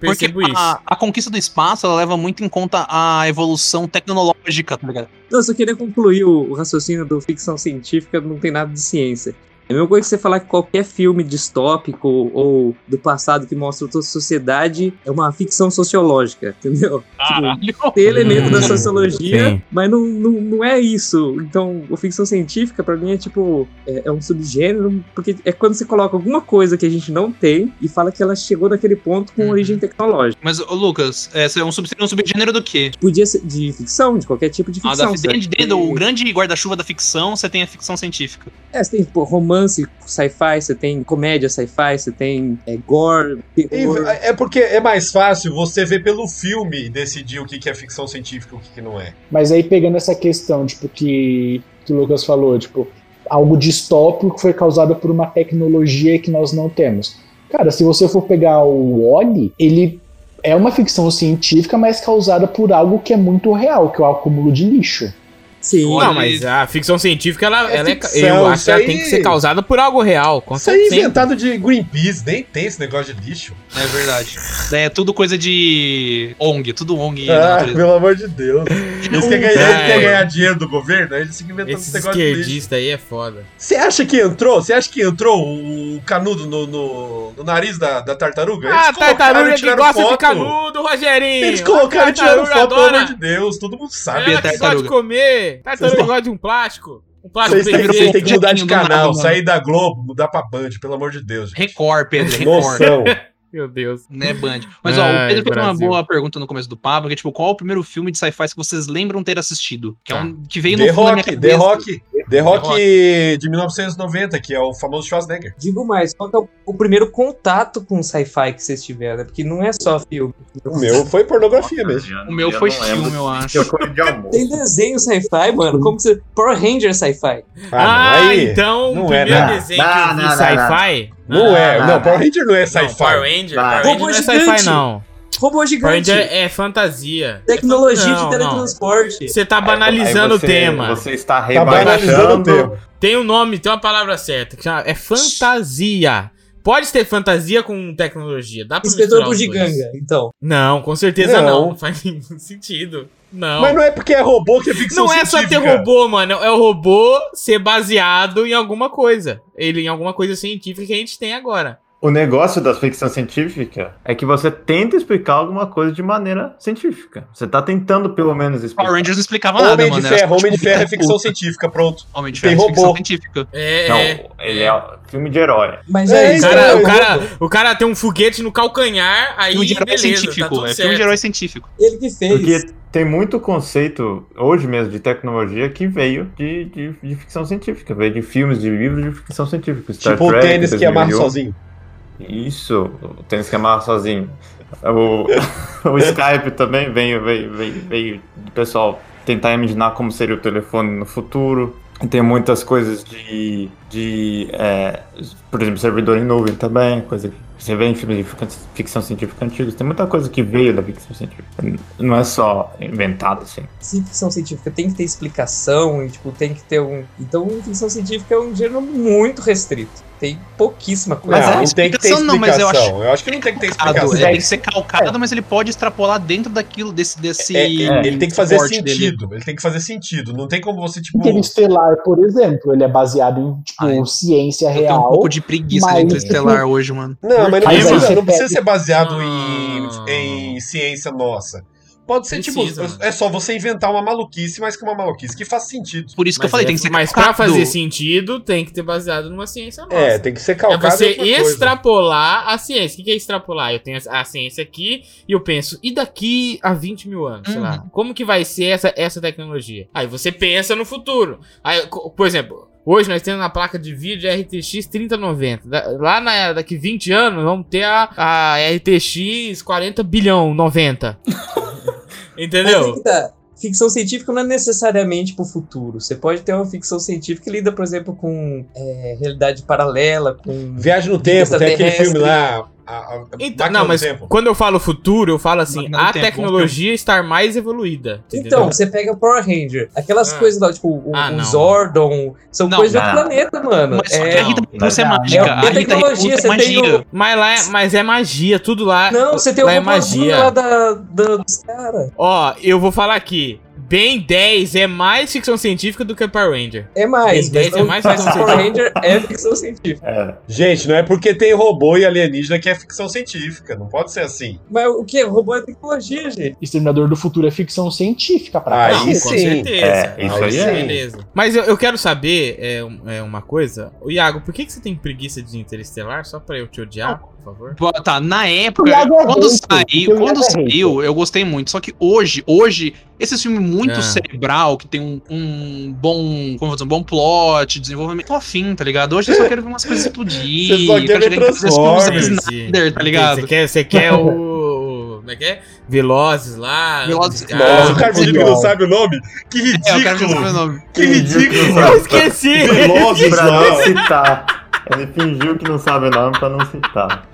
[SPEAKER 5] Porque
[SPEAKER 4] percebo isso.
[SPEAKER 5] a, a conquista do espaço, ela leva muito em conta a evolução tecnológica, tá ligado?
[SPEAKER 6] Não, eu só queria concluir o, o raciocínio do ficção científica, não tem nada de ciência. É a mesma coisa que você falar que qualquer filme distópico ou do passado que mostra outra sociedade é uma ficção sociológica, entendeu? Tipo,
[SPEAKER 5] Caralho!
[SPEAKER 8] Tipo,
[SPEAKER 6] Tem elemento
[SPEAKER 5] Hum,
[SPEAKER 6] da sociologia,
[SPEAKER 4] Sim.
[SPEAKER 6] mas não, não, não é isso. Então, a ficção científica, pra mim, é tipo, é, é um subgênero, porque é quando você coloca alguma coisa que a gente não tem e fala que ela chegou naquele ponto com
[SPEAKER 5] Uhum.
[SPEAKER 6] origem tecnológica.
[SPEAKER 5] Mas, ô, Lucas, é, você é um, sub, seria um subgênero do quê?
[SPEAKER 6] Podia ser de ficção, de qualquer tipo de
[SPEAKER 5] Ah,
[SPEAKER 6] ficção.
[SPEAKER 5] da,
[SPEAKER 6] sabe?
[SPEAKER 5] dentro, dentro, o grande guarda-chuva da ficção, você tem a ficção científica.
[SPEAKER 6] É, você tem pô, romance, sci-fi, você tem comédia sci-fi, você tem é, gore,
[SPEAKER 8] E
[SPEAKER 6] terror.
[SPEAKER 8] é porque é mais fácil você ver pelo filme e decidir o que, que é ficção científica e o que, que não é.
[SPEAKER 3] Mas aí pegando essa questão, tipo, que, que o Lucas falou, tipo, algo distópico foi causado por uma tecnologia que nós não temos. Cara, se você for pegar o Oli, ele é uma ficção científica, mas causada por algo que é muito real, que é o acúmulo de lixo.
[SPEAKER 6] Sim.
[SPEAKER 5] Olha,
[SPEAKER 4] Não, mas a ficção científica, ela
[SPEAKER 8] É
[SPEAKER 4] ela é,
[SPEAKER 8] ficção,
[SPEAKER 4] eu acho
[SPEAKER 8] isso
[SPEAKER 4] que ela
[SPEAKER 8] aí-
[SPEAKER 4] tem que ser causada por algo real. Com
[SPEAKER 8] Isso aí é
[SPEAKER 4] certeza.
[SPEAKER 8] inventado de Greenpeace, nem tem esse negócio de lixo.
[SPEAKER 5] É verdade. É tudo coisa de ONG, tudo ONG. da
[SPEAKER 8] Ah,
[SPEAKER 5] natureza.
[SPEAKER 8] pelo amor de Deus. Eles querem ganhar, eles
[SPEAKER 5] É.
[SPEAKER 8] querem
[SPEAKER 4] Ai.
[SPEAKER 8] ganhar dinheiro do governo, aí eles ficam inventando
[SPEAKER 4] Esses
[SPEAKER 8] esse negócio de lixo.
[SPEAKER 4] esquerdistas aí é foda.
[SPEAKER 8] Você acha que entrou? Você acha que entrou o canudo no, no- no nariz da, da tartaruga?
[SPEAKER 4] Ah,
[SPEAKER 8] colocaram
[SPEAKER 4] tartaruga
[SPEAKER 8] e
[SPEAKER 4] que
[SPEAKER 8] tiraram
[SPEAKER 4] gosta de
[SPEAKER 8] foto.
[SPEAKER 4] canudo, Rogerinho!
[SPEAKER 8] Eles colocaram e tiraram
[SPEAKER 4] Tartaruga
[SPEAKER 8] foto, pelo
[SPEAKER 4] adora.
[SPEAKER 8] amor de Deus. Todo mundo sabe.
[SPEAKER 4] Ela que gosta de
[SPEAKER 5] tartaruga.
[SPEAKER 4] comer! Tartaruga
[SPEAKER 8] Vocês
[SPEAKER 4] gosta de um plástico. Um plástico
[SPEAKER 8] Vocês têm,
[SPEAKER 5] Pedro,
[SPEAKER 8] vocês
[SPEAKER 4] perfeito.
[SPEAKER 8] têm que mudar de
[SPEAKER 5] do nada,
[SPEAKER 8] canal,
[SPEAKER 5] mano.
[SPEAKER 8] sair da Globo, mudar pra Band, pelo amor de Deus. gente.
[SPEAKER 5] Record, Pedro, Record.
[SPEAKER 8] Noção.
[SPEAKER 4] Meu Deus.
[SPEAKER 5] Né, Band? Mas, ó, o
[SPEAKER 4] Ai,
[SPEAKER 5] Pedro fez uma
[SPEAKER 4] Brasil.
[SPEAKER 5] boa pergunta no começo do papo, que é, tipo, qual é o primeiro filme de sci-fi que vocês lembram ter assistido? Que, é um,
[SPEAKER 4] Tá.
[SPEAKER 5] que veio
[SPEAKER 8] The
[SPEAKER 5] no fundo da minha
[SPEAKER 8] Rock, The
[SPEAKER 5] cabeça.
[SPEAKER 8] Rock. The Rock de 1990, que é o famoso Schwarzenegger.
[SPEAKER 6] Digo mais, qual que é o, o primeiro contato com sci-fi que vocês tiveram? né? Porque não é só filme.
[SPEAKER 8] O meu foi
[SPEAKER 7] É
[SPEAKER 8] pornografia mesmo.
[SPEAKER 5] O meu foi filme, eu acho.
[SPEAKER 7] Eu comi de almoço.
[SPEAKER 6] Tem desenho sci-fi, mano? Como que você. Power Ranger é sci-fi.
[SPEAKER 8] Ah,
[SPEAKER 4] Ah,
[SPEAKER 8] não, aí.
[SPEAKER 4] então o
[SPEAKER 8] não é,
[SPEAKER 4] primeiro
[SPEAKER 7] não.
[SPEAKER 4] desenho
[SPEAKER 7] Não,
[SPEAKER 4] que
[SPEAKER 7] não,
[SPEAKER 4] eu
[SPEAKER 7] não,
[SPEAKER 4] vi sci-fi?
[SPEAKER 8] Não é.
[SPEAKER 7] não,
[SPEAKER 8] Não,
[SPEAKER 7] não.
[SPEAKER 8] Power Ranger não é
[SPEAKER 4] Não, Power
[SPEAKER 8] sci-fi.
[SPEAKER 4] Ranger, Power
[SPEAKER 7] Vai.
[SPEAKER 4] Ranger não
[SPEAKER 6] Robô
[SPEAKER 4] é sci-fi
[SPEAKER 6] gigante.
[SPEAKER 4] não.
[SPEAKER 6] Robô
[SPEAKER 4] Power
[SPEAKER 6] gigante.
[SPEAKER 4] Ranger é fantasia.
[SPEAKER 6] Tecnologia
[SPEAKER 4] Não,
[SPEAKER 6] de
[SPEAKER 4] não.
[SPEAKER 6] teletransporte.
[SPEAKER 4] Você tá
[SPEAKER 7] Aí
[SPEAKER 4] banalizando
[SPEAKER 7] você-
[SPEAKER 4] o tema.
[SPEAKER 7] Você está
[SPEAKER 8] Tá banalizando o
[SPEAKER 7] rebaixando.
[SPEAKER 8] tempo.
[SPEAKER 4] Tem um nome, tem uma palavra certa. Que chama, é fantasia. Pode ter fantasia com tecnologia. Dá pra
[SPEAKER 6] Inspetor
[SPEAKER 4] misturar os dois.
[SPEAKER 6] Bugiganga, então.
[SPEAKER 4] Não, com certeza
[SPEAKER 8] Não.
[SPEAKER 4] não. Não, faz nenhum sentido. Não.
[SPEAKER 8] Mas não é porque é robô que é ficção
[SPEAKER 4] não é
[SPEAKER 8] científica.
[SPEAKER 4] só ter robô, mano. É o robô ser baseado em alguma coisa. Ele em alguma coisa científica que a gente tem agora.
[SPEAKER 7] O negócio da ficção científica é que você tenta explicar alguma coisa de maneira científica. Você tá tentando pelo menos
[SPEAKER 5] Power
[SPEAKER 7] explicar.
[SPEAKER 5] Rangers não explicava nada,
[SPEAKER 8] Homem de
[SPEAKER 5] mano. né?
[SPEAKER 8] Ferro, Homem de Ferro é
[SPEAKER 5] Era
[SPEAKER 8] ficção
[SPEAKER 5] tipo-
[SPEAKER 8] científica, pronto.
[SPEAKER 5] Homem de
[SPEAKER 8] Tem
[SPEAKER 5] Ferro é ficção
[SPEAKER 8] robô.
[SPEAKER 5] científica.
[SPEAKER 4] É.
[SPEAKER 7] Não,
[SPEAKER 4] é.
[SPEAKER 7] ele é um filme de herói.
[SPEAKER 6] Mas
[SPEAKER 8] É,
[SPEAKER 6] é,
[SPEAKER 8] então,
[SPEAKER 6] isso.
[SPEAKER 4] Cara,
[SPEAKER 8] é
[SPEAKER 4] o,
[SPEAKER 8] um
[SPEAKER 4] cara, o cara tem um foguete no calcanhar, aí
[SPEAKER 5] Filme de herói
[SPEAKER 4] beleza, tá
[SPEAKER 5] científico.
[SPEAKER 4] tudo
[SPEAKER 5] é
[SPEAKER 4] certo.
[SPEAKER 5] filme de herói científico.
[SPEAKER 6] é ele que fez.
[SPEAKER 7] Porque tem muito conceito, hoje mesmo, de tecnologia que veio de, de, de ficção científica. Veio de filmes, de livros de ficção científica. Star
[SPEAKER 8] Tipo o
[SPEAKER 7] Trek,
[SPEAKER 8] tênis que amarra
[SPEAKER 7] 2001.
[SPEAKER 8] sozinho.
[SPEAKER 7] Isso, o tênis que amarra sozinho. O, o Skype também veio, veio, veio, veio do pessoal tentar imaginar como seria o telefone no futuro. E Tem muitas coisas de, de é, por exemplo, servidor em nuvem também, coisa que você vê em filmes de fic- ficção científica antigos. Tem muita coisa que veio da ficção científica. Não é só inventado, assim.
[SPEAKER 6] Sim, ficção científica tem que ter explicação e, tipo, tem que ter um. Então, ficção científica é um gênero muito restrito. Tem pouquíssima coisa.
[SPEAKER 5] Mas é,
[SPEAKER 8] não, não tem que ter
[SPEAKER 5] explicação
[SPEAKER 8] explicação.
[SPEAKER 5] não, mas eu acho- Ah,
[SPEAKER 8] Eu acho que não tem que ter
[SPEAKER 5] Calcado,
[SPEAKER 8] explicação.
[SPEAKER 5] ele é, tem que ser calcado, mas ele pode extrapolar dentro daquilo, desse. desse
[SPEAKER 8] É, é, ele tem que fazer
[SPEAKER 5] corte dele.
[SPEAKER 8] sentido. Ele tem que fazer sentido. Não tem como você, tipo.
[SPEAKER 3] Interestelar, por exemplo, ele é baseado em tipo,
[SPEAKER 5] Ah, é.
[SPEAKER 3] ciência
[SPEAKER 5] Eu tenho um
[SPEAKER 3] real.
[SPEAKER 5] pouco de preguiça
[SPEAKER 3] mas-
[SPEAKER 5] de
[SPEAKER 8] tipo,
[SPEAKER 5] Interestelar hoje, mano.
[SPEAKER 8] Não, mas não
[SPEAKER 4] Aí
[SPEAKER 8] precisa,
[SPEAKER 3] você
[SPEAKER 8] não precisa
[SPEAKER 3] pega-
[SPEAKER 8] ser baseado
[SPEAKER 4] Ah.
[SPEAKER 8] em, em ciência nossa. Pode ser,
[SPEAKER 4] Precisa,
[SPEAKER 8] tipo,
[SPEAKER 4] mano.
[SPEAKER 8] é só você inventar uma maluquice, mas que uma maluquice que faz sentido.
[SPEAKER 5] Por isso que eu
[SPEAKER 4] Mas
[SPEAKER 5] falei,
[SPEAKER 4] é-
[SPEAKER 5] tem que ser
[SPEAKER 4] Mas pra
[SPEAKER 5] calcado.
[SPEAKER 4] fazer sentido, tem que ter baseado numa ciência nossa.
[SPEAKER 8] É, tem que ser
[SPEAKER 4] É
[SPEAKER 8] calcado.
[SPEAKER 4] você
[SPEAKER 8] em outra coisa.
[SPEAKER 4] extrapolar a ciência. O que que é extrapolar? Eu tenho a a ciência aqui e eu penso, e daqui a 20 mil anos, sei lá, como que vai ser essa, essa tecnologia? Aí você pensa no futuro. Aí, co- por exemplo, hoje nós temos uma placa de vídeo RTX 3090. Da- lá na, daqui 20 anos vamos ter a, a RTX 40 bilhão 90.
[SPEAKER 6] Mas é
[SPEAKER 4] Entendeu?
[SPEAKER 6] que tá. ficção científica não é necessariamente pro futuro. Você pode ter uma ficção científica que lida, por exemplo, com é, realidade paralela, com.
[SPEAKER 12] Viagem no tempo, tem aquele
[SPEAKER 6] Extraterrestre.
[SPEAKER 12] filme lá. a- a-
[SPEAKER 4] Então,
[SPEAKER 12] Máquina
[SPEAKER 4] não,
[SPEAKER 12] do
[SPEAKER 4] mas
[SPEAKER 12] Tempo.
[SPEAKER 4] quando eu falo futuro, eu falo assim,
[SPEAKER 5] Máquina do
[SPEAKER 4] a
[SPEAKER 5] tempo,
[SPEAKER 4] tecnologia estar mais evoluída. entendeu?
[SPEAKER 6] Então, você pega Power Ranger, aquelas
[SPEAKER 4] Ah.
[SPEAKER 6] coisas lá, tipo, o,
[SPEAKER 4] Ah,
[SPEAKER 6] o
[SPEAKER 4] não.
[SPEAKER 6] Zordon, são
[SPEAKER 5] Não,
[SPEAKER 6] coisas do
[SPEAKER 7] não.
[SPEAKER 6] outro planeta, mano.
[SPEAKER 5] Mas só que
[SPEAKER 6] é,
[SPEAKER 5] a Rita
[SPEAKER 7] não,
[SPEAKER 5] Repulsa é
[SPEAKER 3] não.
[SPEAKER 5] mágica.
[SPEAKER 6] É,
[SPEAKER 5] a
[SPEAKER 6] tem
[SPEAKER 5] Rita
[SPEAKER 6] tecnologia,
[SPEAKER 5] Repulsa
[SPEAKER 6] você
[SPEAKER 5] é
[SPEAKER 6] tem
[SPEAKER 5] magia.
[SPEAKER 4] Mas lá, é- mas é magia, tudo lá.
[SPEAKER 6] Não, você tem
[SPEAKER 4] lá é
[SPEAKER 6] o robôzinho
[SPEAKER 4] magia.
[SPEAKER 6] lá da, da- dos caras.
[SPEAKER 4] Ó, eu vou falar aqui. Ben 10 é mais ficção científica do que Power Ranger.
[SPEAKER 6] É
[SPEAKER 4] Tem
[SPEAKER 6] mais, mas,
[SPEAKER 4] ideia, é
[SPEAKER 6] não-
[SPEAKER 4] mais
[SPEAKER 6] mas
[SPEAKER 4] ficção
[SPEAKER 6] Power Ranger é ficção científica.
[SPEAKER 7] É.
[SPEAKER 12] Gente, não é porque tem robô e alienígena que é ficção científica. Não pode ser assim.
[SPEAKER 6] Mas o que? Robô é tecnologia, gente.
[SPEAKER 3] Exterminador do Futuro é ficção científica pra
[SPEAKER 12] Aí
[SPEAKER 3] cá.
[SPEAKER 4] Não, com
[SPEAKER 12] sim.
[SPEAKER 4] certeza.
[SPEAKER 7] É, isso aí é.
[SPEAKER 4] Beleza. Mas eu, eu quero saber é, um- é, uma coisa. O Iago, por que, que você tem preguiça de Interestelar? Só pra eu te
[SPEAKER 5] Ah,
[SPEAKER 4] odiar, por favor.
[SPEAKER 5] Pô, Tá, na época,
[SPEAKER 3] O Iago é
[SPEAKER 5] quando,
[SPEAKER 3] hater,
[SPEAKER 5] saí,
[SPEAKER 3] o
[SPEAKER 5] quando
[SPEAKER 3] Iago é
[SPEAKER 5] saiu, eu gostei muito. Só que hoje, hoje, esse filme muito
[SPEAKER 4] Ah.
[SPEAKER 5] cerebral, que tem um, um bom, como eu vou dizer, um bom plot, desenvolvimento, tô afim, tá ligado? Hoje eu só quero ver umas coisas explodir.
[SPEAKER 12] Você só quer
[SPEAKER 5] quero
[SPEAKER 12] ver
[SPEAKER 5] chegar em casa e ver
[SPEAKER 12] Transformers.
[SPEAKER 5] filmes do Snyder, tá ligado?
[SPEAKER 4] Você quer, você quer o. Como é que é? Velozes lá.
[SPEAKER 5] Velozes-
[SPEAKER 4] Ah,
[SPEAKER 12] Nossa, o
[SPEAKER 5] Ah,
[SPEAKER 12] Carmelico
[SPEAKER 3] legal.
[SPEAKER 12] não sabe o nome? Que
[SPEAKER 5] É, eu quero ver o
[SPEAKER 12] ridículo!
[SPEAKER 5] nome.
[SPEAKER 12] que ridículo!
[SPEAKER 4] Eu esqueci!
[SPEAKER 12] Velozes,
[SPEAKER 7] Pra não
[SPEAKER 12] não!
[SPEAKER 7] citar. Ele fingiu que não sabe o nome pra não citar.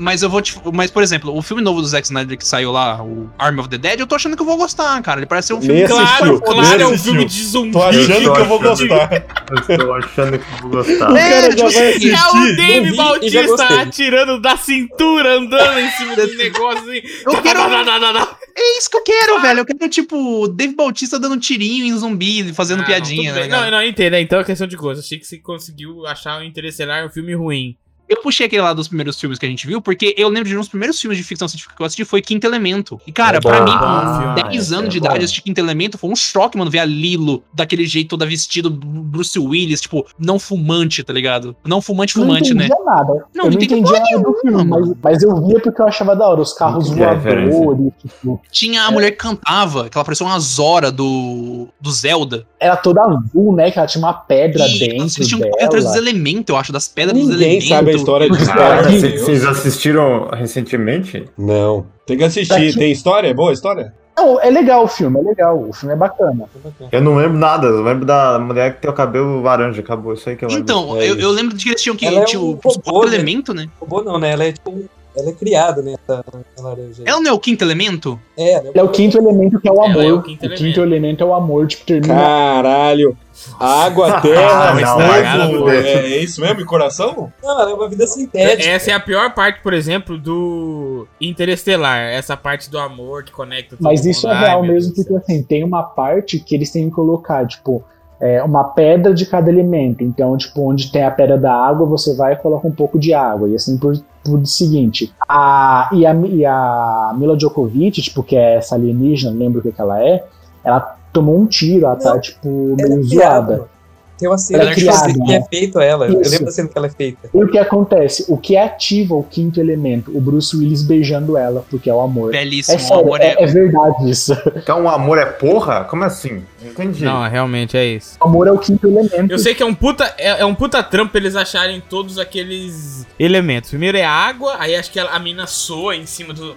[SPEAKER 5] Mas eu vou te. Mas, por exemplo, o filme novo do Zack Snyder que saiu lá, o Army of the Dead, eu tô achando que eu vou gostar, cara. Ele parece ser um filme.
[SPEAKER 12] Nesse-
[SPEAKER 4] Claro,
[SPEAKER 12] assistiu, nem
[SPEAKER 4] claro, é um
[SPEAKER 12] assistiu.
[SPEAKER 4] filme de zumbi.
[SPEAKER 12] Tô achando que eu vou
[SPEAKER 7] achando.
[SPEAKER 12] gostar.
[SPEAKER 7] Eu estou achando que vou gostar.
[SPEAKER 12] O cara já
[SPEAKER 5] tipo
[SPEAKER 12] vai
[SPEAKER 5] assim,
[SPEAKER 12] assistir.
[SPEAKER 4] É o Dave
[SPEAKER 6] vi e já
[SPEAKER 4] Bautista
[SPEAKER 6] gostei.
[SPEAKER 4] atirando da cintura, andando em cima desse negócio assim.
[SPEAKER 5] Eu quero
[SPEAKER 4] Não, não, não, não.
[SPEAKER 5] É isso que eu quero, velho. Eu quero, tipo, o Dave Bautista dando tirinho em zumbi, fazendo
[SPEAKER 4] Ah, não,
[SPEAKER 5] piadinha,
[SPEAKER 4] tudo
[SPEAKER 5] né?
[SPEAKER 4] bem.
[SPEAKER 5] cara?
[SPEAKER 4] Não, não, entendo. é, Então é questão de gosto. Achei que você conseguiu achar o Interestelar um filme ruim.
[SPEAKER 5] Eu puxei aquele lá dos primeiros filmes que a gente viu, porque eu lembro de um dos primeiros filmes de ficção científica que eu assisti foi Quinto Elemento. E, cara,
[SPEAKER 7] É
[SPEAKER 5] pra
[SPEAKER 7] bom,
[SPEAKER 5] mim,
[SPEAKER 7] ah,
[SPEAKER 5] com 10
[SPEAKER 7] é
[SPEAKER 5] anos de
[SPEAKER 7] bom.
[SPEAKER 5] idade, assistir Quinto Elemento foi um choque, mano, ver a Lilo daquele jeito, toda vestida, Bruce Willis, tipo, não fumante, tá ligado? Não fumante,
[SPEAKER 3] Eu não
[SPEAKER 5] fumante, né?
[SPEAKER 3] entendia nada.
[SPEAKER 5] Não,
[SPEAKER 3] eu
[SPEAKER 5] não
[SPEAKER 3] não
[SPEAKER 5] entendi
[SPEAKER 3] entendia nada do filme,
[SPEAKER 5] nenhuma,
[SPEAKER 3] mas, mas eu via porque eu achava da hora. Os carros
[SPEAKER 7] Entendi a
[SPEAKER 3] voadores, tipo,
[SPEAKER 5] Tinha a mulher que cantava, que ela parecia uma Zora do, do Zelda.
[SPEAKER 3] era toda azul, né? Que ela tinha uma pedra
[SPEAKER 5] E elas
[SPEAKER 3] dentro
[SPEAKER 5] tinham
[SPEAKER 3] dela.
[SPEAKER 5] correr atrás dos elementos, eu acho, das pedras dos
[SPEAKER 12] Ninguém
[SPEAKER 5] elementos.
[SPEAKER 12] sabe a história disso.
[SPEAKER 7] Cara,
[SPEAKER 12] Meu
[SPEAKER 7] c-
[SPEAKER 12] Deus.
[SPEAKER 7] vocês assistiram recentemente?
[SPEAKER 12] Não. Tem que assistir. Tem história? É boa a história?
[SPEAKER 3] Não, é legal o filme, é legal. O filme é bacana.
[SPEAKER 7] Eu não lembro nada. Eu lembro da mulher que tem o cabelo laranja. Acabou isso aí que eu lembro.
[SPEAKER 5] Então,
[SPEAKER 12] É
[SPEAKER 5] eu,
[SPEAKER 12] isso.
[SPEAKER 5] eu lembro de que eles tinham que.
[SPEAKER 6] Ela é
[SPEAKER 5] tinha
[SPEAKER 6] um
[SPEAKER 5] o- os
[SPEAKER 6] robô,
[SPEAKER 5] quatro
[SPEAKER 6] né?
[SPEAKER 5] elementos, né?
[SPEAKER 6] Robô não, né? Ela é tipo. um- Ela é criada, né? Essa essa laranja. aí.
[SPEAKER 5] Ela não é o quinto elemento?
[SPEAKER 6] É, ela
[SPEAKER 3] É o quinto elemento que é o
[SPEAKER 4] Ela
[SPEAKER 3] amor.
[SPEAKER 4] é o
[SPEAKER 3] o
[SPEAKER 4] quinto
[SPEAKER 3] quinto,
[SPEAKER 4] elemento.
[SPEAKER 3] elemento. é o amor, tipo, termina.
[SPEAKER 12] Caralho! Água,
[SPEAKER 7] Ah,
[SPEAKER 12] terra,
[SPEAKER 7] mas
[SPEAKER 12] fogo,
[SPEAKER 7] não, cara, não.
[SPEAKER 12] É isso mesmo? E coração?
[SPEAKER 6] Não, ela é uma vida sintética.
[SPEAKER 4] Essa é a pior parte, por exemplo, do Interestelar. Essa parte do amor que conecta todo
[SPEAKER 3] Mas isso é
[SPEAKER 4] mundo. Ai,
[SPEAKER 3] real
[SPEAKER 4] meu
[SPEAKER 3] mesmo,
[SPEAKER 4] Deus
[SPEAKER 3] porque
[SPEAKER 4] do céu.
[SPEAKER 3] assim, tem uma parte que eles têm que colocar, tipo, é, uma pedra de cada elemento. Então, tipo, onde tem a pedra da água, você vai e coloca um pouco de água. E assim por, por seguinte. A, e, a, e a Mila Djokovic, tipo, que é essa alienígena, não lembro o que, que ela é, ela tomou um tiro, ela tá,
[SPEAKER 6] Não,
[SPEAKER 3] tipo,
[SPEAKER 6] Ela
[SPEAKER 3] meio
[SPEAKER 6] é criada.
[SPEAKER 3] zoada.
[SPEAKER 6] mano. Tem uma cena
[SPEAKER 3] Ela é
[SPEAKER 6] que,
[SPEAKER 3] criada,
[SPEAKER 6] que é
[SPEAKER 3] né?
[SPEAKER 6] feito a ela. Eu
[SPEAKER 3] Isso.
[SPEAKER 6] lembro da cena que ela é feita.
[SPEAKER 3] E o que acontece? O que ativa o quinto elemento? O Bruce Willis beijando ela, porque é o amor.
[SPEAKER 5] Belíssimo.
[SPEAKER 3] É sério,
[SPEAKER 5] amor é-
[SPEAKER 3] é, é verdade isso.
[SPEAKER 7] Então, o amor é porra? Como assim? Não entendi.
[SPEAKER 4] Não, realmente é isso.
[SPEAKER 3] O amor é o quinto elemento.
[SPEAKER 4] Eu sei que é um puta, é, é um puta trampo eles acharem todos aqueles elementos. Primeiro é água, aí acho que ela- a mina soa em cima do,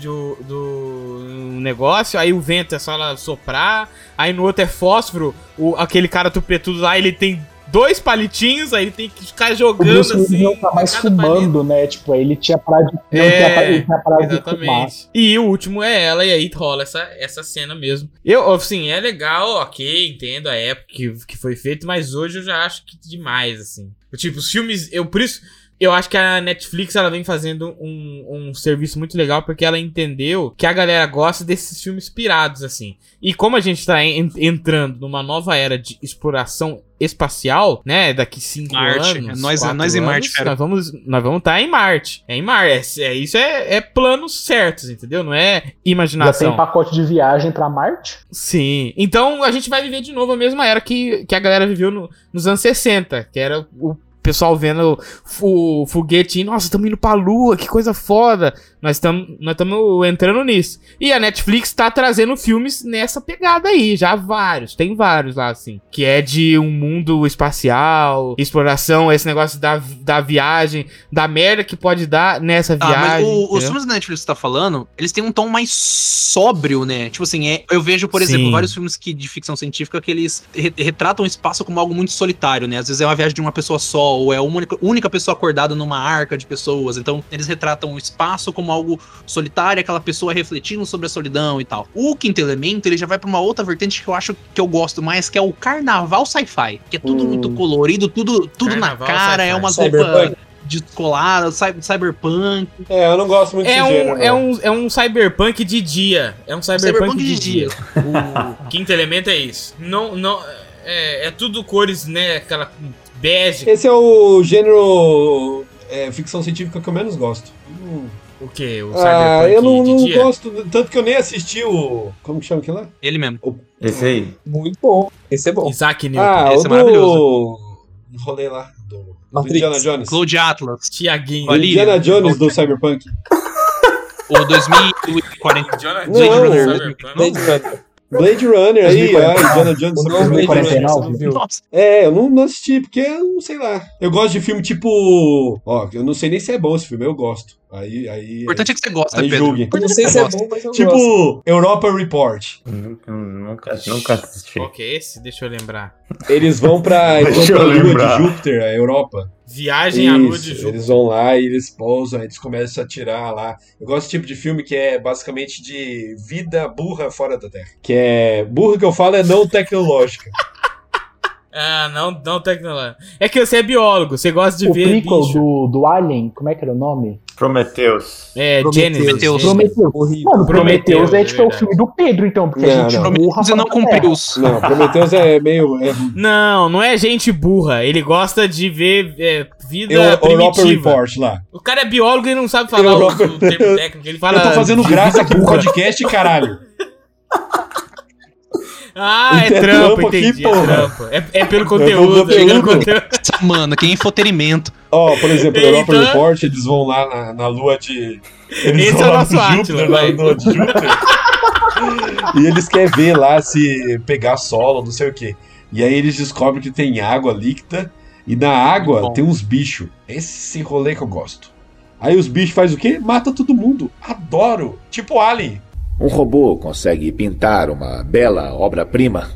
[SPEAKER 4] do, do negócio, aí o vento é só ela soprar, aí no outro é fósforo, o, aquele cara tupetudo lá, ele tem dois palitinhos, aí ele tem que ficar
[SPEAKER 3] O
[SPEAKER 4] jogando
[SPEAKER 3] Bruce Willis
[SPEAKER 4] assim.
[SPEAKER 3] não tá mais
[SPEAKER 4] cada palito.
[SPEAKER 3] fumando, né? Tipo, ele tinha parado de, não
[SPEAKER 4] É,
[SPEAKER 3] tinha pa- ele tinha parado de fumar.
[SPEAKER 4] Exatamente. E o último é ela, e aí rola essa, essa cena mesmo. Eu, assim, é legal, ok, entendo a época que, que foi feito, mas hoje eu já acho que demais, assim. Tipo, os filmes. Eu, por isso. Eu acho que a Netflix ela vem fazendo um, um serviço muito legal porque ela entendeu que a galera gosta desses filmes pirados, assim. E como a gente tá en- entrando numa nova era de exploração espacial, né? Daqui cinco
[SPEAKER 5] Marte,
[SPEAKER 4] anos.
[SPEAKER 5] é nós-
[SPEAKER 4] quatro
[SPEAKER 5] nós em Marte,
[SPEAKER 4] anos,
[SPEAKER 5] fera.
[SPEAKER 4] Nós vamos estar nós vamos tá em Marte. É em Marte. É, é- isso é, é planos certos, entendeu? Não é
[SPEAKER 3] Já tem
[SPEAKER 4] imaginação.
[SPEAKER 3] pacote de viagem pra Marte?
[SPEAKER 4] Sim. Então a gente vai viver de novo a mesma era que, que a galera viveu no- nos anos 60, que era o pessoal vendo o foguete, e, nossa, estamos indo pra lua, que coisa foda. Nós estamos nós tamo entrando nisso. E a Netflix tá trazendo filmes nessa pegada aí, já vários, tem vários lá, assim. Que é de um mundo espacial, exploração, esse negócio da, da viagem, da merda que pode dar nessa
[SPEAKER 5] Ah, mas
[SPEAKER 4] viagem.
[SPEAKER 5] o- os
[SPEAKER 4] entendeu?
[SPEAKER 5] filmes da Netflix que você tá falando, eles têm um tom mais sóbrio, né? Tipo assim, é- eu vejo, por exemplo,
[SPEAKER 4] Sim.
[SPEAKER 5] vários filmes que, de ficção científica que eles re- retratam o espaço como algo muito solitário, né? Às vezes é uma viagem de uma pessoa só, ou é uma única, única pessoa acordada numa arca de pessoas. Então, eles retratam o espaço como algo solitário, aquela pessoa refletindo sobre a solidão e tal. O quinto elemento, ele já vai pra uma outra vertente que eu acho que eu gosto mais, que é o carnaval sci-fi. Que é tudo
[SPEAKER 6] Hum.
[SPEAKER 5] muito colorido, tudo, tudo na
[SPEAKER 4] Carnaval
[SPEAKER 5] cara, é
[SPEAKER 4] sci-fi.
[SPEAKER 5] umas roupas
[SPEAKER 8] Cyberpunk?
[SPEAKER 5] descoladas, cy- cyberpunk.
[SPEAKER 8] É, eu não gosto muito
[SPEAKER 4] É
[SPEAKER 8] desse
[SPEAKER 4] um,
[SPEAKER 8] gênero,
[SPEAKER 4] é,
[SPEAKER 8] não.
[SPEAKER 4] um, é um cyberpunk de dia. É um cyberpunk,
[SPEAKER 5] Cyberpunk
[SPEAKER 4] de,
[SPEAKER 5] de
[SPEAKER 4] dia.
[SPEAKER 5] dia.
[SPEAKER 4] o quinto elemento é isso. Não, não, é, é tudo cores, né? Aquela bege.
[SPEAKER 8] Esse é o gênero é, ficção científica que eu menos gosto. Hum.
[SPEAKER 4] O que? O
[SPEAKER 8] Ah,
[SPEAKER 4] cyberpunk
[SPEAKER 8] eu não,
[SPEAKER 4] de
[SPEAKER 8] não
[SPEAKER 4] dia?
[SPEAKER 8] gosto, tanto que eu nem assisti o. Como que chama aquilo lá?
[SPEAKER 5] Ele mesmo.
[SPEAKER 7] Esse aí.
[SPEAKER 6] Muito bom. Esse é bom.
[SPEAKER 4] Isaac Newton.
[SPEAKER 8] Ah,
[SPEAKER 5] esse
[SPEAKER 8] o
[SPEAKER 5] é
[SPEAKER 8] do. Rolei lá. Do, do
[SPEAKER 6] Matrix.
[SPEAKER 8] Indiana Jones.
[SPEAKER 5] Cloud Atlas.
[SPEAKER 4] Tiaguinho.
[SPEAKER 8] Do
[SPEAKER 5] Olha-
[SPEAKER 8] Indiana Jones do Cyberpunk.
[SPEAKER 5] O 2040.
[SPEAKER 4] Jonathan
[SPEAKER 8] Blade Runner.
[SPEAKER 4] Cyberpunk.
[SPEAKER 6] Blade Runner.
[SPEAKER 8] Blade Runner aí, ah, Indiana Jones
[SPEAKER 6] O
[SPEAKER 8] do
[SPEAKER 6] novo
[SPEAKER 8] Cyberpunk.
[SPEAKER 6] Blade Runner. Você
[SPEAKER 13] 49?
[SPEAKER 6] não viu?
[SPEAKER 5] Nossa,
[SPEAKER 8] É, eu não, não assisti, porque eu não sei lá. Eu gosto de filme tipo. Ó, eu não sei nem se é bom esse filme, eu gosto. Aí. aí
[SPEAKER 5] o importante é que você gosta,
[SPEAKER 8] aí
[SPEAKER 5] Pedro.
[SPEAKER 8] julguem.
[SPEAKER 6] Eu não sei se é bom, mas eu
[SPEAKER 8] Tipo,
[SPEAKER 6] gosto.
[SPEAKER 8] Europa Report.
[SPEAKER 7] Nunca, nunca, nunca assisti.
[SPEAKER 4] Qual que é esse? Deixa eu lembrar.
[SPEAKER 8] Eles vão pra, eles vão
[SPEAKER 7] Deixa
[SPEAKER 8] pra
[SPEAKER 7] eu
[SPEAKER 8] lua
[SPEAKER 7] lembrar.
[SPEAKER 8] de Júpiter, a Europa.
[SPEAKER 4] Viagem à lua de
[SPEAKER 8] Isso,
[SPEAKER 4] Júpiter.
[SPEAKER 8] Eles vão lá e eles pousam, aí eles começam a atirar lá. Eu gosto desse tipo de filme que é basicamente de vida burra fora da Terra. Que é. Burra que eu falo é não tecnológica.
[SPEAKER 4] Ah, não, não tecnológico. É que você é biólogo, você gosta de
[SPEAKER 13] O
[SPEAKER 4] ver
[SPEAKER 13] prequel
[SPEAKER 4] bicho.
[SPEAKER 13] do, do Alien, como é que era o nome?
[SPEAKER 7] Prometheus.
[SPEAKER 4] É,
[SPEAKER 6] Prometheus.
[SPEAKER 4] Gênesis.
[SPEAKER 5] Prometheus.
[SPEAKER 4] Gênesis.
[SPEAKER 13] Prometeu.
[SPEAKER 6] Horrível.
[SPEAKER 13] Mano, Prometeus é
[SPEAKER 4] Prometheus,
[SPEAKER 13] tipo
[SPEAKER 4] é
[SPEAKER 13] é o filme do Pedro, então, porque
[SPEAKER 8] Não,
[SPEAKER 13] a gente
[SPEAKER 8] não.
[SPEAKER 13] burra
[SPEAKER 5] Você
[SPEAKER 13] pra
[SPEAKER 5] não cumpriu. os-
[SPEAKER 8] Não, Prometheus é meio. É,
[SPEAKER 4] Não, não é gente burra. Ele gosta de ver é, vida
[SPEAKER 8] Eu- Europa
[SPEAKER 4] primitiva.
[SPEAKER 8] Report lá.
[SPEAKER 4] O cara é biólogo e não sabe falar o,
[SPEAKER 8] Europa-
[SPEAKER 4] o termo técnico. Ele fala.
[SPEAKER 8] Eu tô fazendo
[SPEAKER 4] de
[SPEAKER 8] graça
[SPEAKER 4] vida
[SPEAKER 8] aqui no
[SPEAKER 4] burra.
[SPEAKER 8] podcast, caralho.
[SPEAKER 4] Ah, é
[SPEAKER 8] É
[SPEAKER 4] trampo,
[SPEAKER 8] trampo aqui,
[SPEAKER 4] entendi. é,
[SPEAKER 8] porra.
[SPEAKER 4] trampo. É, é pelo conteúdo.
[SPEAKER 8] conteúdo.
[SPEAKER 4] É pelo conteúdo.
[SPEAKER 5] Essa, mano, que é infotenimento.
[SPEAKER 8] Ó, por exemplo,
[SPEAKER 4] Eita.
[SPEAKER 8] Europa Report, eles vão lá na, na lua de. Eles
[SPEAKER 4] Então- Esse
[SPEAKER 8] vão
[SPEAKER 4] é o
[SPEAKER 8] lá
[SPEAKER 4] nosso
[SPEAKER 8] no
[SPEAKER 4] Átila,
[SPEAKER 8] Júpiter, na
[SPEAKER 4] vai.
[SPEAKER 8] lua de Júpiter. e eles querem ver lá se pegar solo, não sei o quê. E aí eles descobrem que tem água líquida e na água
[SPEAKER 5] bom.
[SPEAKER 8] tem uns bichos. Esse rolê que eu gosto. Aí os bichos faz o quê? Mata todo mundo. Adoro. Tipo Alien.
[SPEAKER 1] Um robô consegue pintar uma bela obra-prima.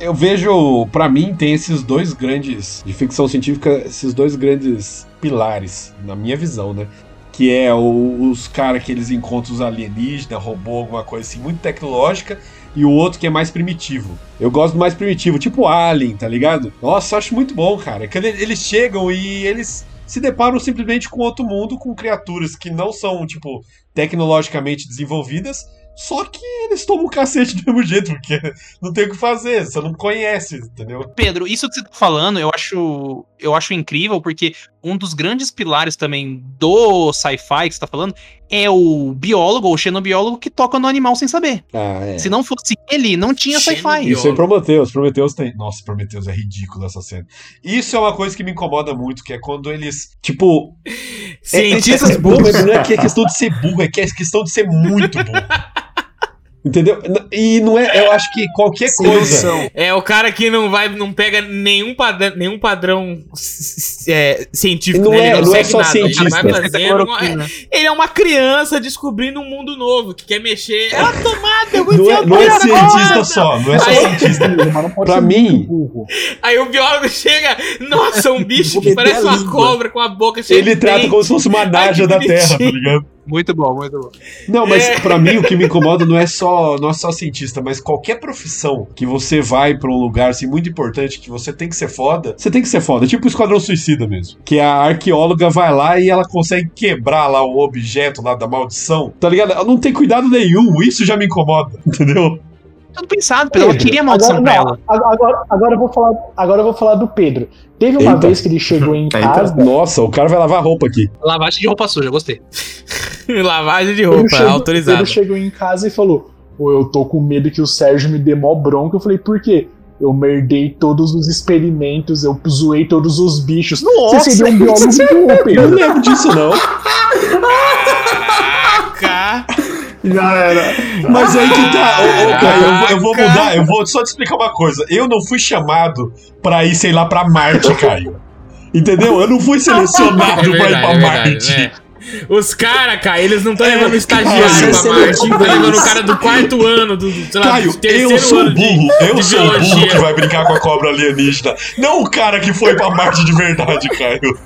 [SPEAKER 8] Eu vejo, pra mim, tem esses dois grandes, de ficção científica, esses dois grandes pilares, na minha visão, né? Que é o- os caras que eles encontram os alienígenas, robô, alguma coisa assim, muito tecnológica, e o outro que é mais primitivo. Eu gosto do mais primitivo, tipo Alien, tá ligado? Nossa, eu acho muito bom, cara. Quando ele- eles chegam e eles se deparam simplesmente com outro mundo, com criaturas que não são, tipo, tecnologicamente desenvolvidas, só que eles tomam o cacete do mesmo jeito, porque não tem o que fazer, você não conhece, entendeu?
[SPEAKER 5] Pedro, isso que você tá falando, eu acho, eu acho incrível, porque um dos grandes pilares também do sci-fi que você tá falando é o biólogo ou xenobiólogo que toca no animal sem saber.
[SPEAKER 8] Ah, é.
[SPEAKER 5] Se não fosse ele, não tinha sci-fi.
[SPEAKER 13] tá
[SPEAKER 4] Xenobiólogo.
[SPEAKER 8] Isso é Prometheus, Prometheus tem. Nossa, Prometheus é ridículo essa cena. Isso é uma coisa que me incomoda muito, que é quando eles. Tipo. é- é-
[SPEAKER 4] Cientistas
[SPEAKER 8] é-
[SPEAKER 4] burros.
[SPEAKER 8] Não
[SPEAKER 13] né?
[SPEAKER 8] é que é questão de ser burro, é que é questão de ser muito burro. Entendeu? N- E não é. Eu acho que qualquer
[SPEAKER 6] Sem
[SPEAKER 8] coisa.
[SPEAKER 6] noção.
[SPEAKER 4] É o cara que não vai, não pega nenhum padrão, nenhum padrão c- c- é, científico.
[SPEAKER 8] Não
[SPEAKER 4] né?
[SPEAKER 8] é-
[SPEAKER 4] Ele
[SPEAKER 8] não é
[SPEAKER 4] segue
[SPEAKER 8] só
[SPEAKER 4] nada, ele vai
[SPEAKER 8] cientista.
[SPEAKER 4] fazendo uma- Ele é uma criança descobrindo um mundo novo que quer mexer. É uma tomada, eu vou
[SPEAKER 8] Não
[SPEAKER 4] enfiar
[SPEAKER 8] é,
[SPEAKER 4] o
[SPEAKER 8] não é
[SPEAKER 4] dedo na
[SPEAKER 8] cientista
[SPEAKER 4] tomada.
[SPEAKER 8] só, não é só
[SPEAKER 4] Aí-
[SPEAKER 8] cientista.
[SPEAKER 13] Mas não pode
[SPEAKER 8] Pra
[SPEAKER 13] ser muito
[SPEAKER 8] mim,
[SPEAKER 13] burro.
[SPEAKER 4] Aí o biólogo chega, nossa, um bicho
[SPEAKER 6] Vou
[SPEAKER 4] que
[SPEAKER 6] meter
[SPEAKER 4] parece
[SPEAKER 6] a
[SPEAKER 4] uma
[SPEAKER 6] língua.
[SPEAKER 4] cobra com a boca cheia
[SPEAKER 8] Ele
[SPEAKER 4] de
[SPEAKER 8] trata
[SPEAKER 4] dente.
[SPEAKER 8] como se fosse uma nádia da Terra, tá
[SPEAKER 4] bonitinho.
[SPEAKER 8] ligado?
[SPEAKER 5] Muito bom, muito bom.
[SPEAKER 8] Não, mas
[SPEAKER 4] É.
[SPEAKER 8] pra mim o que me incomoda não é só não é só cientista, mas qualquer profissão que você vai pra um lugar assim muito importante que você tem que ser foda, você tem que ser foda, tipo o Esquadrão Suicida mesmo, que a arqueóloga vai lá e ela consegue quebrar lá o objeto lá da maldição. Tá ligado? Ela não tem cuidado nenhum, isso já me incomoda, entendeu?
[SPEAKER 5] Tudo pensado, Pedro. Ela queria maldição pra
[SPEAKER 13] Agora,
[SPEAKER 5] ela.
[SPEAKER 13] não, agora, agora, agora eu vou falar, agora eu vou falar do Pedro. Teve uma
[SPEAKER 8] Eita.
[SPEAKER 13] vez que ele chegou em
[SPEAKER 7] Eita.
[SPEAKER 13] casa.
[SPEAKER 8] Nossa, o cara vai lavar roupa aqui.
[SPEAKER 5] Lavagem de roupa suja, gostei.
[SPEAKER 4] Lavagem de
[SPEAKER 13] Pedro
[SPEAKER 4] roupa,
[SPEAKER 13] chegou-
[SPEAKER 4] autorizada.
[SPEAKER 13] Pedro chegou em casa e falou: Pô, eu tô com medo que o Sérgio me dê mó bronca. Eu falei, por quê?
[SPEAKER 1] Eu merdei todos os experimentos, eu zoei todos os bichos.
[SPEAKER 14] Nossa!
[SPEAKER 1] Você seria um biólogo
[SPEAKER 8] Eu não
[SPEAKER 1] do
[SPEAKER 8] lembro disso, não.
[SPEAKER 4] Caraca!
[SPEAKER 7] Já era.
[SPEAKER 8] Mas aí que tá. Ô, ô, Caio, eu, vou- eu vou mudar, eu vou só te explicar uma coisa. Eu não fui chamado pra ir, sei lá, pra Marte, Caio. Entendeu? Eu não fui
[SPEAKER 4] É
[SPEAKER 8] selecionado pra ir
[SPEAKER 4] verdade,
[SPEAKER 8] pra
[SPEAKER 4] é
[SPEAKER 8] Marte. É,
[SPEAKER 4] verdade, é. Os caras, cara, eles não estão levando
[SPEAKER 8] você
[SPEAKER 4] estagiário pra
[SPEAKER 6] seleciona
[SPEAKER 4] Marte. Estão levando o cara do quarto ano, do, do, sei lá,
[SPEAKER 8] Caio,
[SPEAKER 4] do
[SPEAKER 8] eu
[SPEAKER 4] terceiro
[SPEAKER 8] sou
[SPEAKER 4] ano de,
[SPEAKER 8] burro, eu
[SPEAKER 4] de
[SPEAKER 8] sou o burro
[SPEAKER 4] biologia.
[SPEAKER 8] que vai brincar com a cobra alienígena. Não o cara que foi pra Marte de verdade, Caio.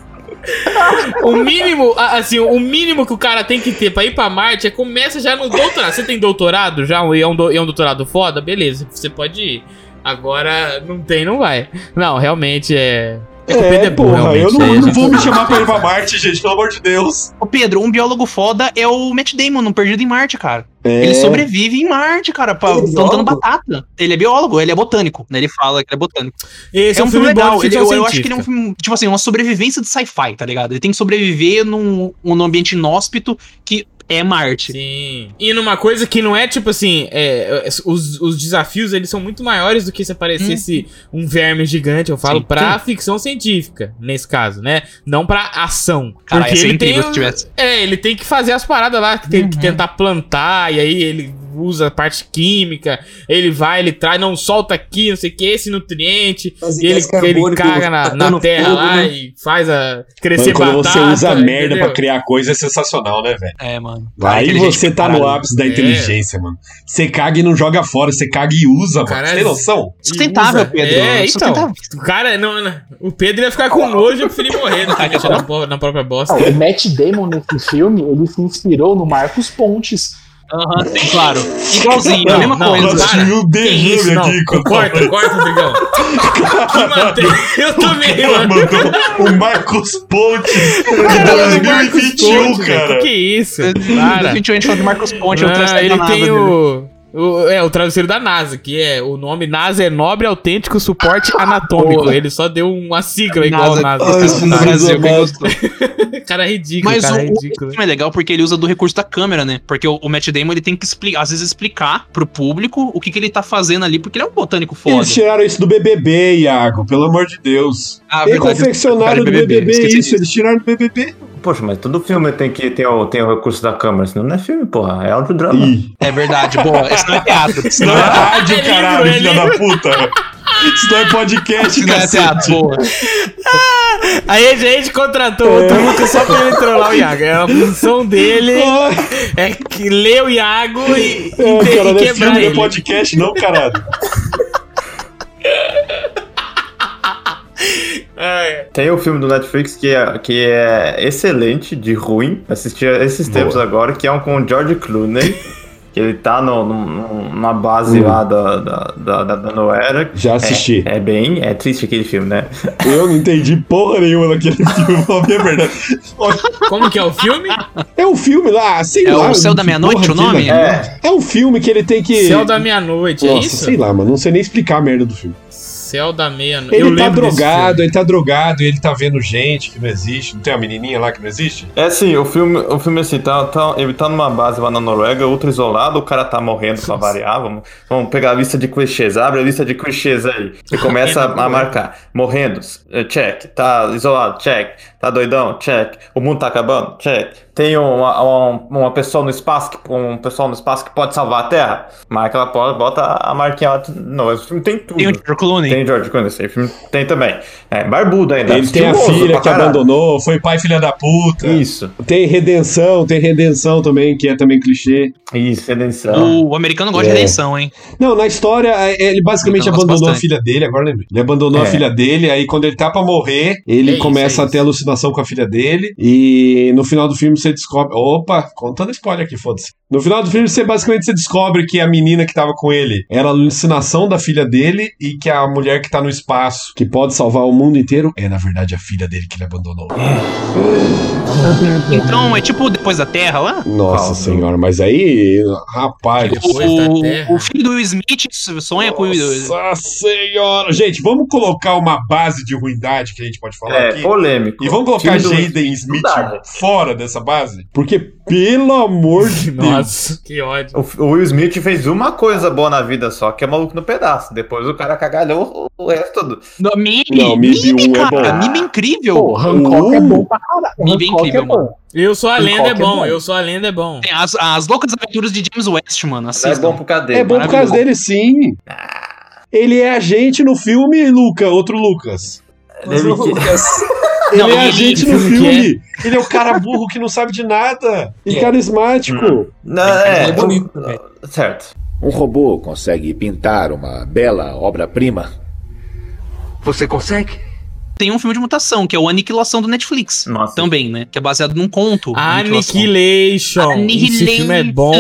[SPEAKER 4] O mínimo, a- assim, o mínimo que o cara tem que ter pra ir pra Marte é começa já no doutorado. Você tem doutorado já? E é um, do- e é um doutorado foda? Beleza, você pode ir. Agora, não tem, não vai. Não, realmente é. É, que o Pedro é burro,
[SPEAKER 8] eu
[SPEAKER 4] realmente,
[SPEAKER 8] não,
[SPEAKER 4] é,
[SPEAKER 8] não
[SPEAKER 4] gente.
[SPEAKER 8] vou me chamar pra ir pra Marte, gente, pelo amor de Deus.
[SPEAKER 5] Ô Pedro, um biólogo foda é o Matt Damon, no Perdido em Marte, cara. Ele sobrevive em Marte, cara, pra,
[SPEAKER 6] Ele é
[SPEAKER 5] plantando
[SPEAKER 6] biólogo?
[SPEAKER 5] batata. Ele é biólogo, ele é botânico, né? Ele fala que ele é botânico.
[SPEAKER 4] Esse é um, filme legal.
[SPEAKER 5] Ele- eu, eu acho que ele é um filme, tipo assim, uma sobrevivência de sci-fi, tá ligado? Ele tem que sobreviver num, num ambiente inóspito que é Marte.
[SPEAKER 4] Sim. E numa coisa que não é tipo assim, é, os, os desafios eles são muito maiores do que se aparecesse um verme gigante, eu falo,
[SPEAKER 5] Uhum. Sim,
[SPEAKER 4] pra ficção científica, nesse caso, né? Não pra ação.
[SPEAKER 5] Cara,
[SPEAKER 4] porque
[SPEAKER 5] ia ser
[SPEAKER 4] ele tem,
[SPEAKER 5] incrível se
[SPEAKER 4] o-
[SPEAKER 5] tivesse.
[SPEAKER 4] É, ele tem que fazer as paradas lá, que tem
[SPEAKER 8] Uhum.
[SPEAKER 4] que tentar plantar, e aí ele usa a parte química, ele vai, ele traz, não solta aqui, não sei o que, esse nutriente,
[SPEAKER 6] Mas
[SPEAKER 4] e ele,
[SPEAKER 6] gás
[SPEAKER 4] ele
[SPEAKER 6] carbônico
[SPEAKER 4] caga na, na
[SPEAKER 6] tacando
[SPEAKER 4] terra
[SPEAKER 6] fogo,
[SPEAKER 4] lá
[SPEAKER 6] né?
[SPEAKER 4] e faz a crescer
[SPEAKER 8] quando
[SPEAKER 4] batata.
[SPEAKER 8] você usa merda
[SPEAKER 4] entendeu?
[SPEAKER 8] pra criar coisa é sensacional, né, velho?
[SPEAKER 5] É, mano. Cara,
[SPEAKER 8] Aí
[SPEAKER 5] inteligente
[SPEAKER 8] você
[SPEAKER 5] pra
[SPEAKER 8] tá no
[SPEAKER 5] caralho.
[SPEAKER 8] ápice da
[SPEAKER 4] É.
[SPEAKER 8] inteligência, mano. Você caga e não joga fora, você caga e usa, mano.
[SPEAKER 4] Caralho.
[SPEAKER 8] Você tem noção?
[SPEAKER 5] Sustentável,
[SPEAKER 4] usa.
[SPEAKER 5] Pedro.
[SPEAKER 4] É, então.
[SPEAKER 5] Sustentável.
[SPEAKER 4] O cara, não, não. o Pedro ia ficar com nojo e preferia morrer né? Ah, do que mexer na, po- na própria bosta.
[SPEAKER 1] O Matt Damon nesse filme, ele se inspirou no Marcos Pontes.
[SPEAKER 5] Aham, sim, claro. Igualzinho, a mesma
[SPEAKER 4] não,
[SPEAKER 5] coisa.
[SPEAKER 4] não.
[SPEAKER 5] cara.
[SPEAKER 4] para.
[SPEAKER 8] o
[SPEAKER 4] Que isso,
[SPEAKER 8] derrame
[SPEAKER 4] não.
[SPEAKER 8] aqui. quando-
[SPEAKER 4] Corta, corta, Rodrigão. Que manteiga. Eu também,
[SPEAKER 8] Ela
[SPEAKER 4] mano.
[SPEAKER 8] mandou o Marcos Pontes
[SPEAKER 4] Marcos
[SPEAKER 8] de
[SPEAKER 4] Pontes,
[SPEAKER 8] 2021,
[SPEAKER 4] velho.
[SPEAKER 8] cara.
[SPEAKER 4] Que que é isso? Para.
[SPEAKER 5] 2021 a gente falou de Marcos Ponte, eu trouxe
[SPEAKER 4] Ah,
[SPEAKER 5] ele
[SPEAKER 4] ele tem
[SPEAKER 5] tem
[SPEAKER 4] o, o- É, o travesseiro da NASA, que é o nome NASA é Nobre Autêntico Suporte Anatômico. Ele só deu uma sigla igual a NASA.
[SPEAKER 5] do Brasil, quem gostou.
[SPEAKER 4] Cara é ridículo,
[SPEAKER 5] Mas o,
[SPEAKER 4] é
[SPEAKER 8] um.
[SPEAKER 4] cara é
[SPEAKER 5] o
[SPEAKER 4] ridículo.
[SPEAKER 5] filme é legal porque ele usa do recurso da câmera, né? Porque o, o Matt Damon ele tem que explicar, às vezes explicar pro público o que, que ele tá fazendo ali, porque ele é um botânico foda.
[SPEAKER 8] Eles tiraram isso do BBB, Iago, pelo amor de Deus.
[SPEAKER 5] Ah,
[SPEAKER 8] Eles
[SPEAKER 5] verdade, cara,
[SPEAKER 8] confeccionaram do BBB
[SPEAKER 5] esqueci
[SPEAKER 8] isso,
[SPEAKER 5] disso.
[SPEAKER 8] eles tiraram do BBB.
[SPEAKER 7] Poxa, mas todo filme tem que ter o, tem o recurso da câmera, senão não é filme, porra. É audiodrama.
[SPEAKER 5] É verdade, boa. Isso não é teatro. Isso
[SPEAKER 8] Não
[SPEAKER 5] não
[SPEAKER 8] é
[SPEAKER 5] é
[SPEAKER 8] rádio,
[SPEAKER 4] é livro,
[SPEAKER 8] caralho,
[SPEAKER 4] é
[SPEAKER 8] filha da puta. Isso não é podcast,
[SPEAKER 5] isso não é teatro,
[SPEAKER 8] cacete.
[SPEAKER 5] boa.
[SPEAKER 4] Aí a gente contratou outro
[SPEAKER 8] É.
[SPEAKER 4] Lucas só pra ele trollar o Iago. É, A função dele é que ler o Iago e, e ter-
[SPEAKER 8] É, cara,
[SPEAKER 4] e
[SPEAKER 8] não é
[SPEAKER 4] quebrar
[SPEAKER 8] filme, não é
[SPEAKER 4] ele.
[SPEAKER 8] podcast, não, caralho.
[SPEAKER 4] É.
[SPEAKER 7] Tem o filme do Netflix que é, que é excelente, de ruim. Assisti esses tempos agora, que é um com o George Clooney. que ele tá no, no- na base
[SPEAKER 8] Hum.
[SPEAKER 7] lá da, da, da, da, da Noera.
[SPEAKER 8] Já assisti.
[SPEAKER 7] É bem. É triste aquele filme, né?
[SPEAKER 8] Eu não entendi porra nenhuma daquele filme, pra mim é verdade.
[SPEAKER 4] Como que é o filme?
[SPEAKER 8] É um filme lá, sei
[SPEAKER 5] É
[SPEAKER 8] lá.
[SPEAKER 5] o Céu da
[SPEAKER 8] que
[SPEAKER 5] Meia-Noite
[SPEAKER 8] porra
[SPEAKER 5] o nome?
[SPEAKER 8] que é,
[SPEAKER 7] É.
[SPEAKER 8] É um filme que ele tem que.
[SPEAKER 4] Céu da meia-noite, é
[SPEAKER 8] Nossa,
[SPEAKER 4] isso?
[SPEAKER 8] sei lá, mano. Não sei nem explicar a merda do filme.
[SPEAKER 4] Céu da meia-noite.
[SPEAKER 8] Ele
[SPEAKER 4] Eu
[SPEAKER 8] tá
[SPEAKER 4] lembro desse
[SPEAKER 8] drogado,
[SPEAKER 4] filme.
[SPEAKER 8] ele tá drogado e ele tá vendo gente que não existe. Não tem uma menininha lá que não existe?
[SPEAKER 7] É assim, o filme, o filme assim, tá, tá- ele tá numa base lá na Noruega, ultra isolado, o cara tá morrendo pra variar. Vamos, vamos pegar a lista de clichês. Abre a lista de clichês aí. E começa a,
[SPEAKER 5] né?
[SPEAKER 7] a marcar. Morrendo, eh, check. Tá isolado, check. Tá doidão, check. O mundo tá acabando, check. Tem uma, uma, uma pessoa no espaço, que, um pessoal no espaço que pode salvar a Terra. Marca ela pode, bota a marquinha lá. Não, esse filme tem tudo.
[SPEAKER 5] Tem o George Clooney.
[SPEAKER 7] Tem George Clooney, esse filme tem também. É, barbudo ainda.
[SPEAKER 8] ele tem a
[SPEAKER 7] estiloso pra
[SPEAKER 8] filha que
[SPEAKER 7] caralho.
[SPEAKER 8] abandonou, foi pai filha da puta.
[SPEAKER 7] Isso,
[SPEAKER 8] Tem redenção, tem redenção também, que é também clichê.
[SPEAKER 7] isso, redenção.
[SPEAKER 5] O americano gosta de redenção, hein?
[SPEAKER 8] Não, na história, é, ele basicamente
[SPEAKER 5] Então, eu gosto
[SPEAKER 8] abandonou a
[SPEAKER 5] bastante.
[SPEAKER 8] filha dele, agora lembrei. Ele abandonou a
[SPEAKER 7] É.
[SPEAKER 8] filha dele, aí quando ele tá pra morrer, ele
[SPEAKER 4] É isso,
[SPEAKER 8] começa
[SPEAKER 4] é
[SPEAKER 8] a ter
[SPEAKER 4] isso.
[SPEAKER 8] alucinação com a filha dele. E no final do filme você descobre. Opa, contando spoiler aqui, foda-se. No final do filme, você basicamente você descobre que a menina que tava com ele era a alucinação da filha dele e que a mulher que tá no espaço, que pode salvar o mundo inteiro, é na verdade a filha dele que ele abandonou.
[SPEAKER 5] Então é tipo depois da Terra lá?
[SPEAKER 8] Nossa
[SPEAKER 7] Paulo.
[SPEAKER 8] senhora, mas aí, rapaz.
[SPEAKER 5] Tipo,
[SPEAKER 4] Depois da Terra.
[SPEAKER 5] O, o filho do Will Smith sonha com o.
[SPEAKER 8] Nossa senhora! Gente, vamos colocar uma base de ruindade que a gente pode falar
[SPEAKER 7] É,
[SPEAKER 8] aqui?
[SPEAKER 7] polêmico.
[SPEAKER 8] E vamos colocar
[SPEAKER 7] Time do-
[SPEAKER 8] Jaden Smith
[SPEAKER 7] dá, né?
[SPEAKER 8] fora dessa base? Porque, pelo amor de Deus,
[SPEAKER 4] Nossa, Nossa, que ódio.
[SPEAKER 7] O, o Will Smith fez uma coisa boa na vida só, que é maluco no pedaço. Depois o cara cagalhou o, o resto todo.
[SPEAKER 5] No, Mimi,
[SPEAKER 8] Não, Mib
[SPEAKER 5] Mimi,
[SPEAKER 8] 1 é
[SPEAKER 5] cara,
[SPEAKER 8] bom.
[SPEAKER 5] Mimi incrível.
[SPEAKER 3] Pô, Hancock é
[SPEAKER 7] Uh!
[SPEAKER 3] bom pra caralho.
[SPEAKER 5] Nível
[SPEAKER 3] Hancock
[SPEAKER 5] incrível,
[SPEAKER 3] é bom.
[SPEAKER 4] Eu sou a
[SPEAKER 3] E
[SPEAKER 4] lenda é
[SPEAKER 3] qualquer
[SPEAKER 4] bom,
[SPEAKER 3] nome.
[SPEAKER 4] eu sou a lenda é bom.
[SPEAKER 5] Tem as, as loucas aventuras de James West, mano.
[SPEAKER 7] Não é bom
[SPEAKER 5] Assistam.
[SPEAKER 7] pro cadeia.
[SPEAKER 8] É bom por causa
[SPEAKER 5] maravilhoso.
[SPEAKER 8] dele, sim. Ele é agente no filme, Luca, outro Lucas. Ele
[SPEAKER 5] Não,
[SPEAKER 8] é
[SPEAKER 5] ele-
[SPEAKER 8] agente
[SPEAKER 4] ele
[SPEAKER 8] no
[SPEAKER 4] que
[SPEAKER 8] filme. Ele é o cara burro que não sabe de nada. E carismático.
[SPEAKER 7] Não, é,
[SPEAKER 6] É bonito também.
[SPEAKER 7] certo.
[SPEAKER 1] Um robô consegue pintar uma bela obra-prima.
[SPEAKER 5] Tem um filme de mutação, que é o Aniquilação do Netflix.
[SPEAKER 7] Nossa.
[SPEAKER 5] Também, né? Que é baseado num conto.
[SPEAKER 4] Ah,
[SPEAKER 5] Aniquilação.
[SPEAKER 4] Annihilation. tipo, assim, Esse
[SPEAKER 5] Annihilation.
[SPEAKER 4] filme é bom.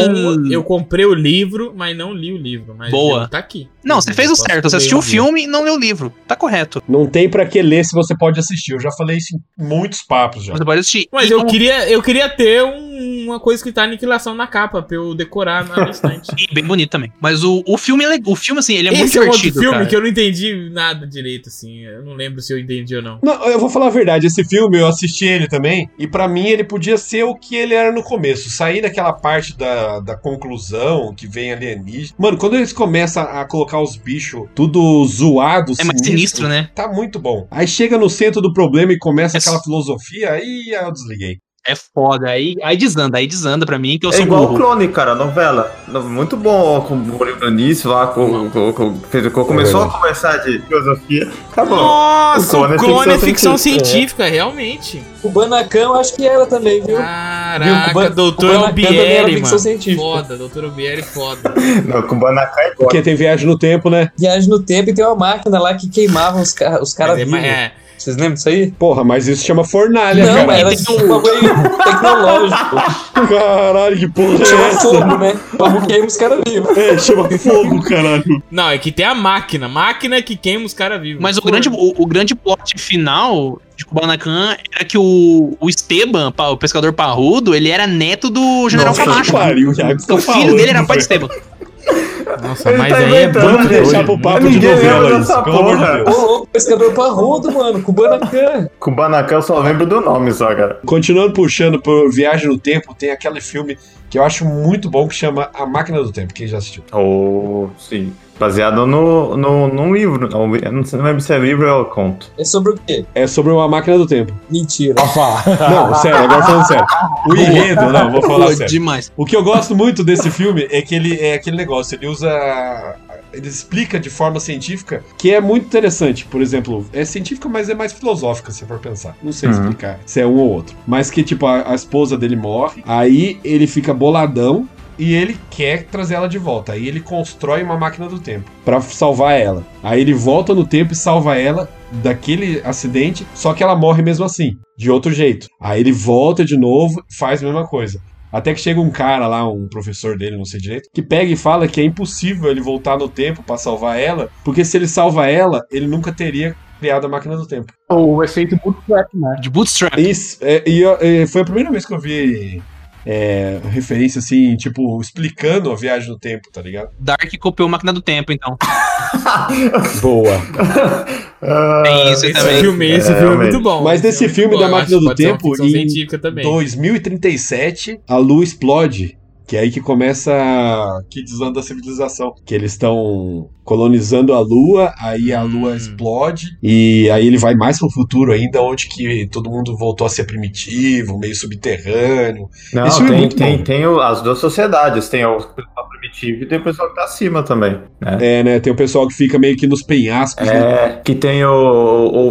[SPEAKER 4] Eu comprei o livro, mas não li o livro. Mas
[SPEAKER 5] Boa.
[SPEAKER 4] ele Tá aqui.
[SPEAKER 5] Não, você fez o
[SPEAKER 4] Posso
[SPEAKER 5] certo.
[SPEAKER 4] ler
[SPEAKER 5] Você assistiu o
[SPEAKER 4] livro.
[SPEAKER 5] filme e não leu o livro. Tá correto.
[SPEAKER 8] Não tem pra que ler se você pode assistir. Eu já falei isso em muitos papos já.
[SPEAKER 5] Você pode assistir. um
[SPEAKER 4] Mas
[SPEAKER 5] E
[SPEAKER 4] eu
[SPEAKER 5] o-
[SPEAKER 4] queria, eu queria ter um- uma coisa que tá aniquilação na capa, pra eu decorar na minha estante.
[SPEAKER 5] e bem bonito também. Mas o, o filme, ele- o filme, assim, ele é muito
[SPEAKER 4] Esse é um outro
[SPEAKER 5] divertido,
[SPEAKER 4] filme
[SPEAKER 5] cara.
[SPEAKER 4] que eu não entendi nada direito, assim. Eu não lembro se eu entendi ou não.
[SPEAKER 8] Não, eu vou falar a verdade, esse filme eu assisti ele também, e pra mim ele podia ser o que ele era no começo, sair daquela parte da, da conclusão que vem alienígena. Mano, quando eles começam a colocar os bichos tudo zoados,
[SPEAKER 5] É mais sinistro, né?
[SPEAKER 8] tá muito bom. Aí chega no centro do problema e começa
[SPEAKER 5] É
[SPEAKER 8] aquela
[SPEAKER 5] s-
[SPEAKER 8] filosofia, aí eu desliguei.
[SPEAKER 5] É foda. Aí, aí desanda, aí desanda pra mim, que eu
[SPEAKER 7] É
[SPEAKER 5] sou
[SPEAKER 7] igual o
[SPEAKER 5] burro.
[SPEAKER 7] Clone, cara, a novela. No- Muito bom com o livro do início lá, com, com, com, fez- quando começou a conversar de filosofia. Tá Acabou.
[SPEAKER 4] Nossa,
[SPEAKER 7] o
[SPEAKER 4] o
[SPEAKER 7] clone
[SPEAKER 4] clone,
[SPEAKER 7] é
[SPEAKER 4] é ficção
[SPEAKER 7] ficção
[SPEAKER 4] científica, realmente.
[SPEAKER 6] O Banacan, eu acho que era também, viu? Viu? O
[SPEAKER 4] Caraca,
[SPEAKER 6] Ban- o
[SPEAKER 4] doutor
[SPEAKER 6] Banacan também era
[SPEAKER 4] Albieri,
[SPEAKER 6] ficção
[SPEAKER 4] mano.
[SPEAKER 6] científica.
[SPEAKER 4] Foda, doutor Albieri, foda.
[SPEAKER 7] Não, com o Banacá é igual.
[SPEAKER 8] Porque tem viagem no tempo, né?
[SPEAKER 6] Viagem no tempo e tem uma máquina lá que queimava os, ca- os caras
[SPEAKER 4] Mas é-
[SPEAKER 6] vivos.
[SPEAKER 4] é-
[SPEAKER 6] Vocês lembram disso aí?
[SPEAKER 8] Porra, mas isso chama fornalha,
[SPEAKER 6] Não, mas
[SPEAKER 8] cara.
[SPEAKER 6] era tipo um bagulho tecnológico.
[SPEAKER 8] Caralho, que porra
[SPEAKER 6] Chama
[SPEAKER 8] é essa?
[SPEAKER 6] fogo, né? Como queima os caras vivos.
[SPEAKER 8] É, chama fogo, caralho.
[SPEAKER 4] Não, é que tem a máquina. Máquina que queima os caras vivos.
[SPEAKER 5] Mas o grande, o, o grande plot final de Kubanacan era que o, o Esteban, pa- o pescador parrudo, ele era neto do General
[SPEAKER 7] Nossa,
[SPEAKER 5] Camacho.
[SPEAKER 8] Pariu, Thiago,
[SPEAKER 5] Então, o filho dele era pai de Esteban.
[SPEAKER 4] Nossa,
[SPEAKER 7] Ele
[SPEAKER 4] mas
[SPEAKER 7] tá
[SPEAKER 4] aí é
[SPEAKER 7] inventando,
[SPEAKER 4] muito
[SPEAKER 7] né?
[SPEAKER 4] doido.
[SPEAKER 8] Deixar
[SPEAKER 4] é.
[SPEAKER 8] pro
[SPEAKER 4] muito-
[SPEAKER 8] papo de
[SPEAKER 7] Ninguém lembra
[SPEAKER 8] novela
[SPEAKER 7] dessa
[SPEAKER 8] isso, pelo amor
[SPEAKER 7] porra.
[SPEAKER 8] de
[SPEAKER 6] Ô,
[SPEAKER 8] Deus.
[SPEAKER 6] louco, pescador parrudo, mano, com o Banacan.
[SPEAKER 7] Com o Banacá eu só lembro do nome só, cara.
[SPEAKER 8] Continuando puxando por Viagem no Tempo, tem aquele filme que eu acho muito bom que chama A Máquina do Tempo. Quem já assistiu?
[SPEAKER 7] Ou, sim. Baseado no, no, num livro. Não, eu não sei- não lembro se é livro ou é conto.
[SPEAKER 6] É sobre o quê?
[SPEAKER 8] É sobre uma máquina do tempo.
[SPEAKER 6] Mentira.
[SPEAKER 8] Não, sério, agora falando sério. O enredo, não, vou falar
[SPEAKER 5] Pô,
[SPEAKER 8] sério.
[SPEAKER 5] demais.
[SPEAKER 8] O que eu gosto muito desse filme é que ele é aquele negócio, ele usa. Ele explica de forma científica, que é muito interessante. Por exemplo, é científica, mas é mais filosófica, se for pensar. Não sei
[SPEAKER 7] Uhum.
[SPEAKER 8] explicar se é um ou outro. Mas que, tipo, a, a esposa dele morre, aí ele fica boladão e ele quer trazer ela de volta. Aí ele constrói uma máquina do tempo pra salvar ela. Aí ele volta no tempo e salva ela daquele acidente, só que ela morre mesmo assim, de outro jeito. Aí ele volta de novo, faz a mesma coisa. Até que chega um cara lá, um professor dele, não sei direito, que pega e fala que é impossível ele voltar no tempo pra salvar ela, porque se ele salva ela, ele nunca teria criado a máquina do tempo.
[SPEAKER 3] O efeito bootstrap, né?
[SPEAKER 5] De bootstrap.
[SPEAKER 8] Isso, é, e eu- é, foi a primeira vez que eu vi é, referência assim, tipo, explicando a viagem no tempo, tá ligado?
[SPEAKER 5] Dark copiou Máquina do Tempo, então.
[SPEAKER 8] Boa.
[SPEAKER 7] Ah,
[SPEAKER 5] Tem isso
[SPEAKER 4] Ah, Esse
[SPEAKER 5] aí também.
[SPEAKER 4] filme, esse
[SPEAKER 7] É,
[SPEAKER 4] filme é
[SPEAKER 7] realmente.
[SPEAKER 4] muito bom.
[SPEAKER 8] Mas nesse
[SPEAKER 4] é muito
[SPEAKER 8] filme
[SPEAKER 4] bom,
[SPEAKER 8] da
[SPEAKER 4] eu
[SPEAKER 8] Máquina
[SPEAKER 4] acho que
[SPEAKER 8] do
[SPEAKER 4] pode ser uma
[SPEAKER 8] Tempo,
[SPEAKER 4] ficção
[SPEAKER 8] em
[SPEAKER 4] científica também.
[SPEAKER 8] 2037, a lua explode. Que é aí que começa. que desanda a civilização. Que eles estão colonizando a lua, aí a lua
[SPEAKER 4] Hum.
[SPEAKER 8] explode. E aí ele vai mais pro futuro ainda, onde que todo mundo voltou a ser primitivo, meio subterrâneo.
[SPEAKER 7] Não,
[SPEAKER 8] Esse filme é
[SPEAKER 7] tem,
[SPEAKER 8] muito
[SPEAKER 7] tem,
[SPEAKER 8] bom.
[SPEAKER 7] tem o- as duas sociedades. Tem o pessoal primitivo e tem o pessoal que tá acima também. Né?
[SPEAKER 8] É, né? Tem o pessoal que fica meio que nos penhascos. né?
[SPEAKER 7] É, que tem o,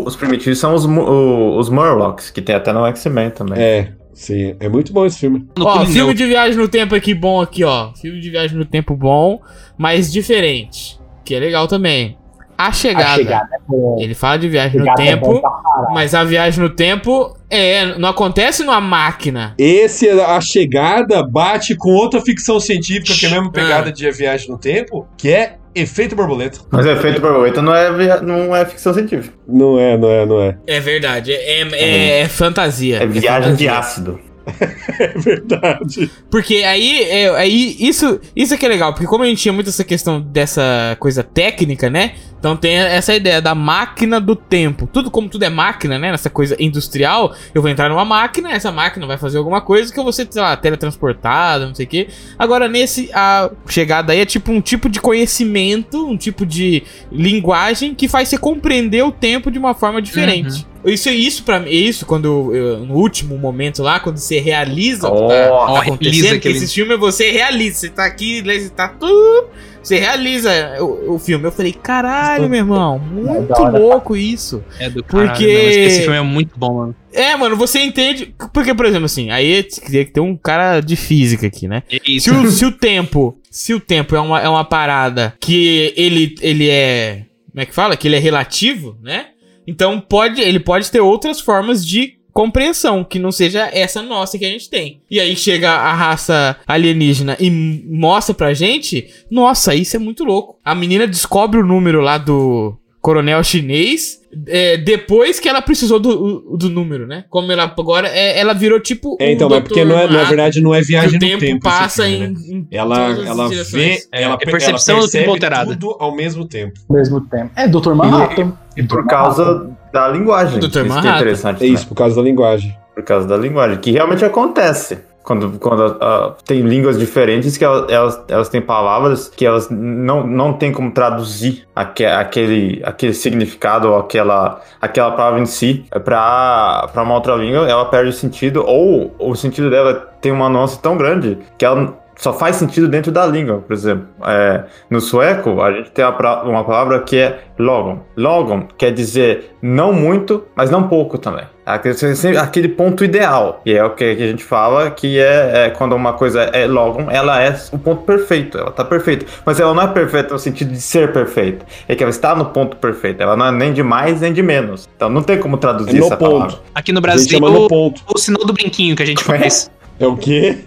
[SPEAKER 7] o- os primitivos são os, mu- o- os Murlocs, que tem até no X-Men também.
[SPEAKER 8] É, sim. É muito bom esse filme.
[SPEAKER 5] No
[SPEAKER 4] Ó,
[SPEAKER 5] Clube
[SPEAKER 4] filme
[SPEAKER 5] Neu.
[SPEAKER 4] de viagem no tempo aqui bom aqui, ó. Filme de viagem no tempo bom, mas diferente. Que é legal também. A Chegada.
[SPEAKER 3] A chegada é boa.
[SPEAKER 4] Ele fala de viagem
[SPEAKER 3] Chegada
[SPEAKER 4] no
[SPEAKER 3] é bom
[SPEAKER 4] tempo,
[SPEAKER 3] pra caralho.
[SPEAKER 4] mas a viagem no tempo é não acontece numa máquina.
[SPEAKER 8] Esse, a chegada, bate com outra ficção científica, que é a
[SPEAKER 4] Ah.
[SPEAKER 8] mesma pegada de A Viagem no Tempo, que é Efeito Borboleta.
[SPEAKER 7] Mas o efeito borboleta não é, via- não é ficção científica.
[SPEAKER 8] Não é, não é, não é.
[SPEAKER 4] É verdade, é, é- é- é fantasia.
[SPEAKER 7] É viagem de
[SPEAKER 4] fantasia.
[SPEAKER 7] ácido.
[SPEAKER 8] É verdade.
[SPEAKER 4] Porque aí, é, aí isso, isso é que é legal, porque como a gente tinha muito essa questão dessa coisa técnica, né? Então tem essa ideia da máquina do tempo. Tudo como tudo é máquina, né? Nessa coisa industrial, eu vou entrar numa máquina, essa máquina vai fazer alguma coisa que eu vou ser, sei lá, teletransportado, não sei o quê. Agora, nesse, a chegada aí é tipo um tipo de conhecimento, um tipo de linguagem que faz você compreender o tempo de uma forma diferente. Isso é isso para mim, é isso quando eu- no último momento lá, quando você realiza o que tá
[SPEAKER 7] Ó,
[SPEAKER 5] ó, realiza
[SPEAKER 4] acontecendo, que
[SPEAKER 5] aquele-
[SPEAKER 4] esse filme é você realiza, você tá aqui, né, você tá tudo, você realiza o, o filme. Eu falei, caralho, meu irmão, muito louco isso.
[SPEAKER 5] É do
[SPEAKER 4] Porque-
[SPEAKER 5] caralho, não, mas esse filme é muito bom, mano.
[SPEAKER 4] É, mano, você entende, porque por exemplo assim, aí teria que ter um cara de física aqui, né?
[SPEAKER 5] É isso.
[SPEAKER 4] Se o, se o tempo, se o tempo é uma, é uma parada que ele, ele é. Como é que fala? Que ele é relativo, né? Então pode, ele pode ter outras formas de compreensão, que não seja essa nossa que a gente tem. E aí chega a raça alienígena e m- mostra pra gente, nossa, isso é muito louco. A menina descobre o número lá do coronel chinês é, depois que ela precisou do, do número, né? Como ela agora, é, ela virou tipo
[SPEAKER 8] É, então,
[SPEAKER 4] um
[SPEAKER 8] mas porque não é, na
[SPEAKER 4] Dr.
[SPEAKER 8] verdade não é viagem
[SPEAKER 4] Que o
[SPEAKER 8] no
[SPEAKER 4] tempo,
[SPEAKER 8] tempo. esse
[SPEAKER 4] passa
[SPEAKER 8] filme, né?
[SPEAKER 4] em, em
[SPEAKER 8] Ela,
[SPEAKER 4] todas as
[SPEAKER 8] ela vê,
[SPEAKER 4] direções.
[SPEAKER 8] ela,
[SPEAKER 5] É
[SPEAKER 8] per-
[SPEAKER 5] percepção
[SPEAKER 8] ela
[SPEAKER 5] do tempo alterado.
[SPEAKER 8] tudo ao mesmo tempo.
[SPEAKER 3] ao mesmo tempo. É, Dr. Manhattan.
[SPEAKER 7] E por causa da linguagem.
[SPEAKER 4] Dr.
[SPEAKER 7] Isso que é
[SPEAKER 4] Manhattan.
[SPEAKER 7] interessante.
[SPEAKER 8] É
[SPEAKER 7] né?
[SPEAKER 8] isso, por causa da linguagem.
[SPEAKER 7] Por causa da linguagem. Que realmente acontece. Quando, quando ah, tem línguas diferentes que elas, elas, elas têm palavras que elas não, não tem como traduzir aque, aquele, aquele significado ou aquela, aquela palavra em si para uma outra língua, ela perde o sentido ou o sentido dela tem uma nuance tão grande que ela só faz sentido dentro da língua, por exemplo. É, no sueco, a gente tem a pra- uma palavra que é logom. Logom quer dizer não muito, mas não pouco também. Aquele, sempre aquele ponto ideal. E é o que que a gente fala que é, é quando uma coisa é logom, ela é o ponto perfeito. Ela tá perfeita. Mas ela não é perfeita no sentido de ser perfeita. É que ela está no ponto perfeito. Ela não é nem de mais nem de menos. Então não tem como
[SPEAKER 8] É
[SPEAKER 7] traduzir
[SPEAKER 8] no
[SPEAKER 7] essa palavra.
[SPEAKER 8] ponto.
[SPEAKER 5] Aqui no
[SPEAKER 8] A gente
[SPEAKER 5] Brasil,
[SPEAKER 8] chama no ponto.
[SPEAKER 5] o sinal do brinquinho que a gente faz.
[SPEAKER 8] É o quê?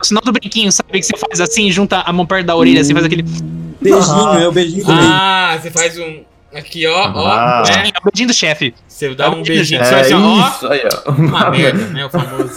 [SPEAKER 5] O sinal do brinquinho, sabe? Que você faz assim, junta a mão perto da orelha, assim, faz aquele.
[SPEAKER 6] Beijinho, é o beijinho também.
[SPEAKER 4] Ah, você faz um. Aqui, ó,
[SPEAKER 7] Ah.
[SPEAKER 4] ó. Né?
[SPEAKER 5] É o beijinho do chefe.
[SPEAKER 4] Você dá um beijinho. Você
[SPEAKER 7] É
[SPEAKER 4] faz assim, ó,
[SPEAKER 7] isso aí, ó.
[SPEAKER 4] Uma merda, né? O famoso.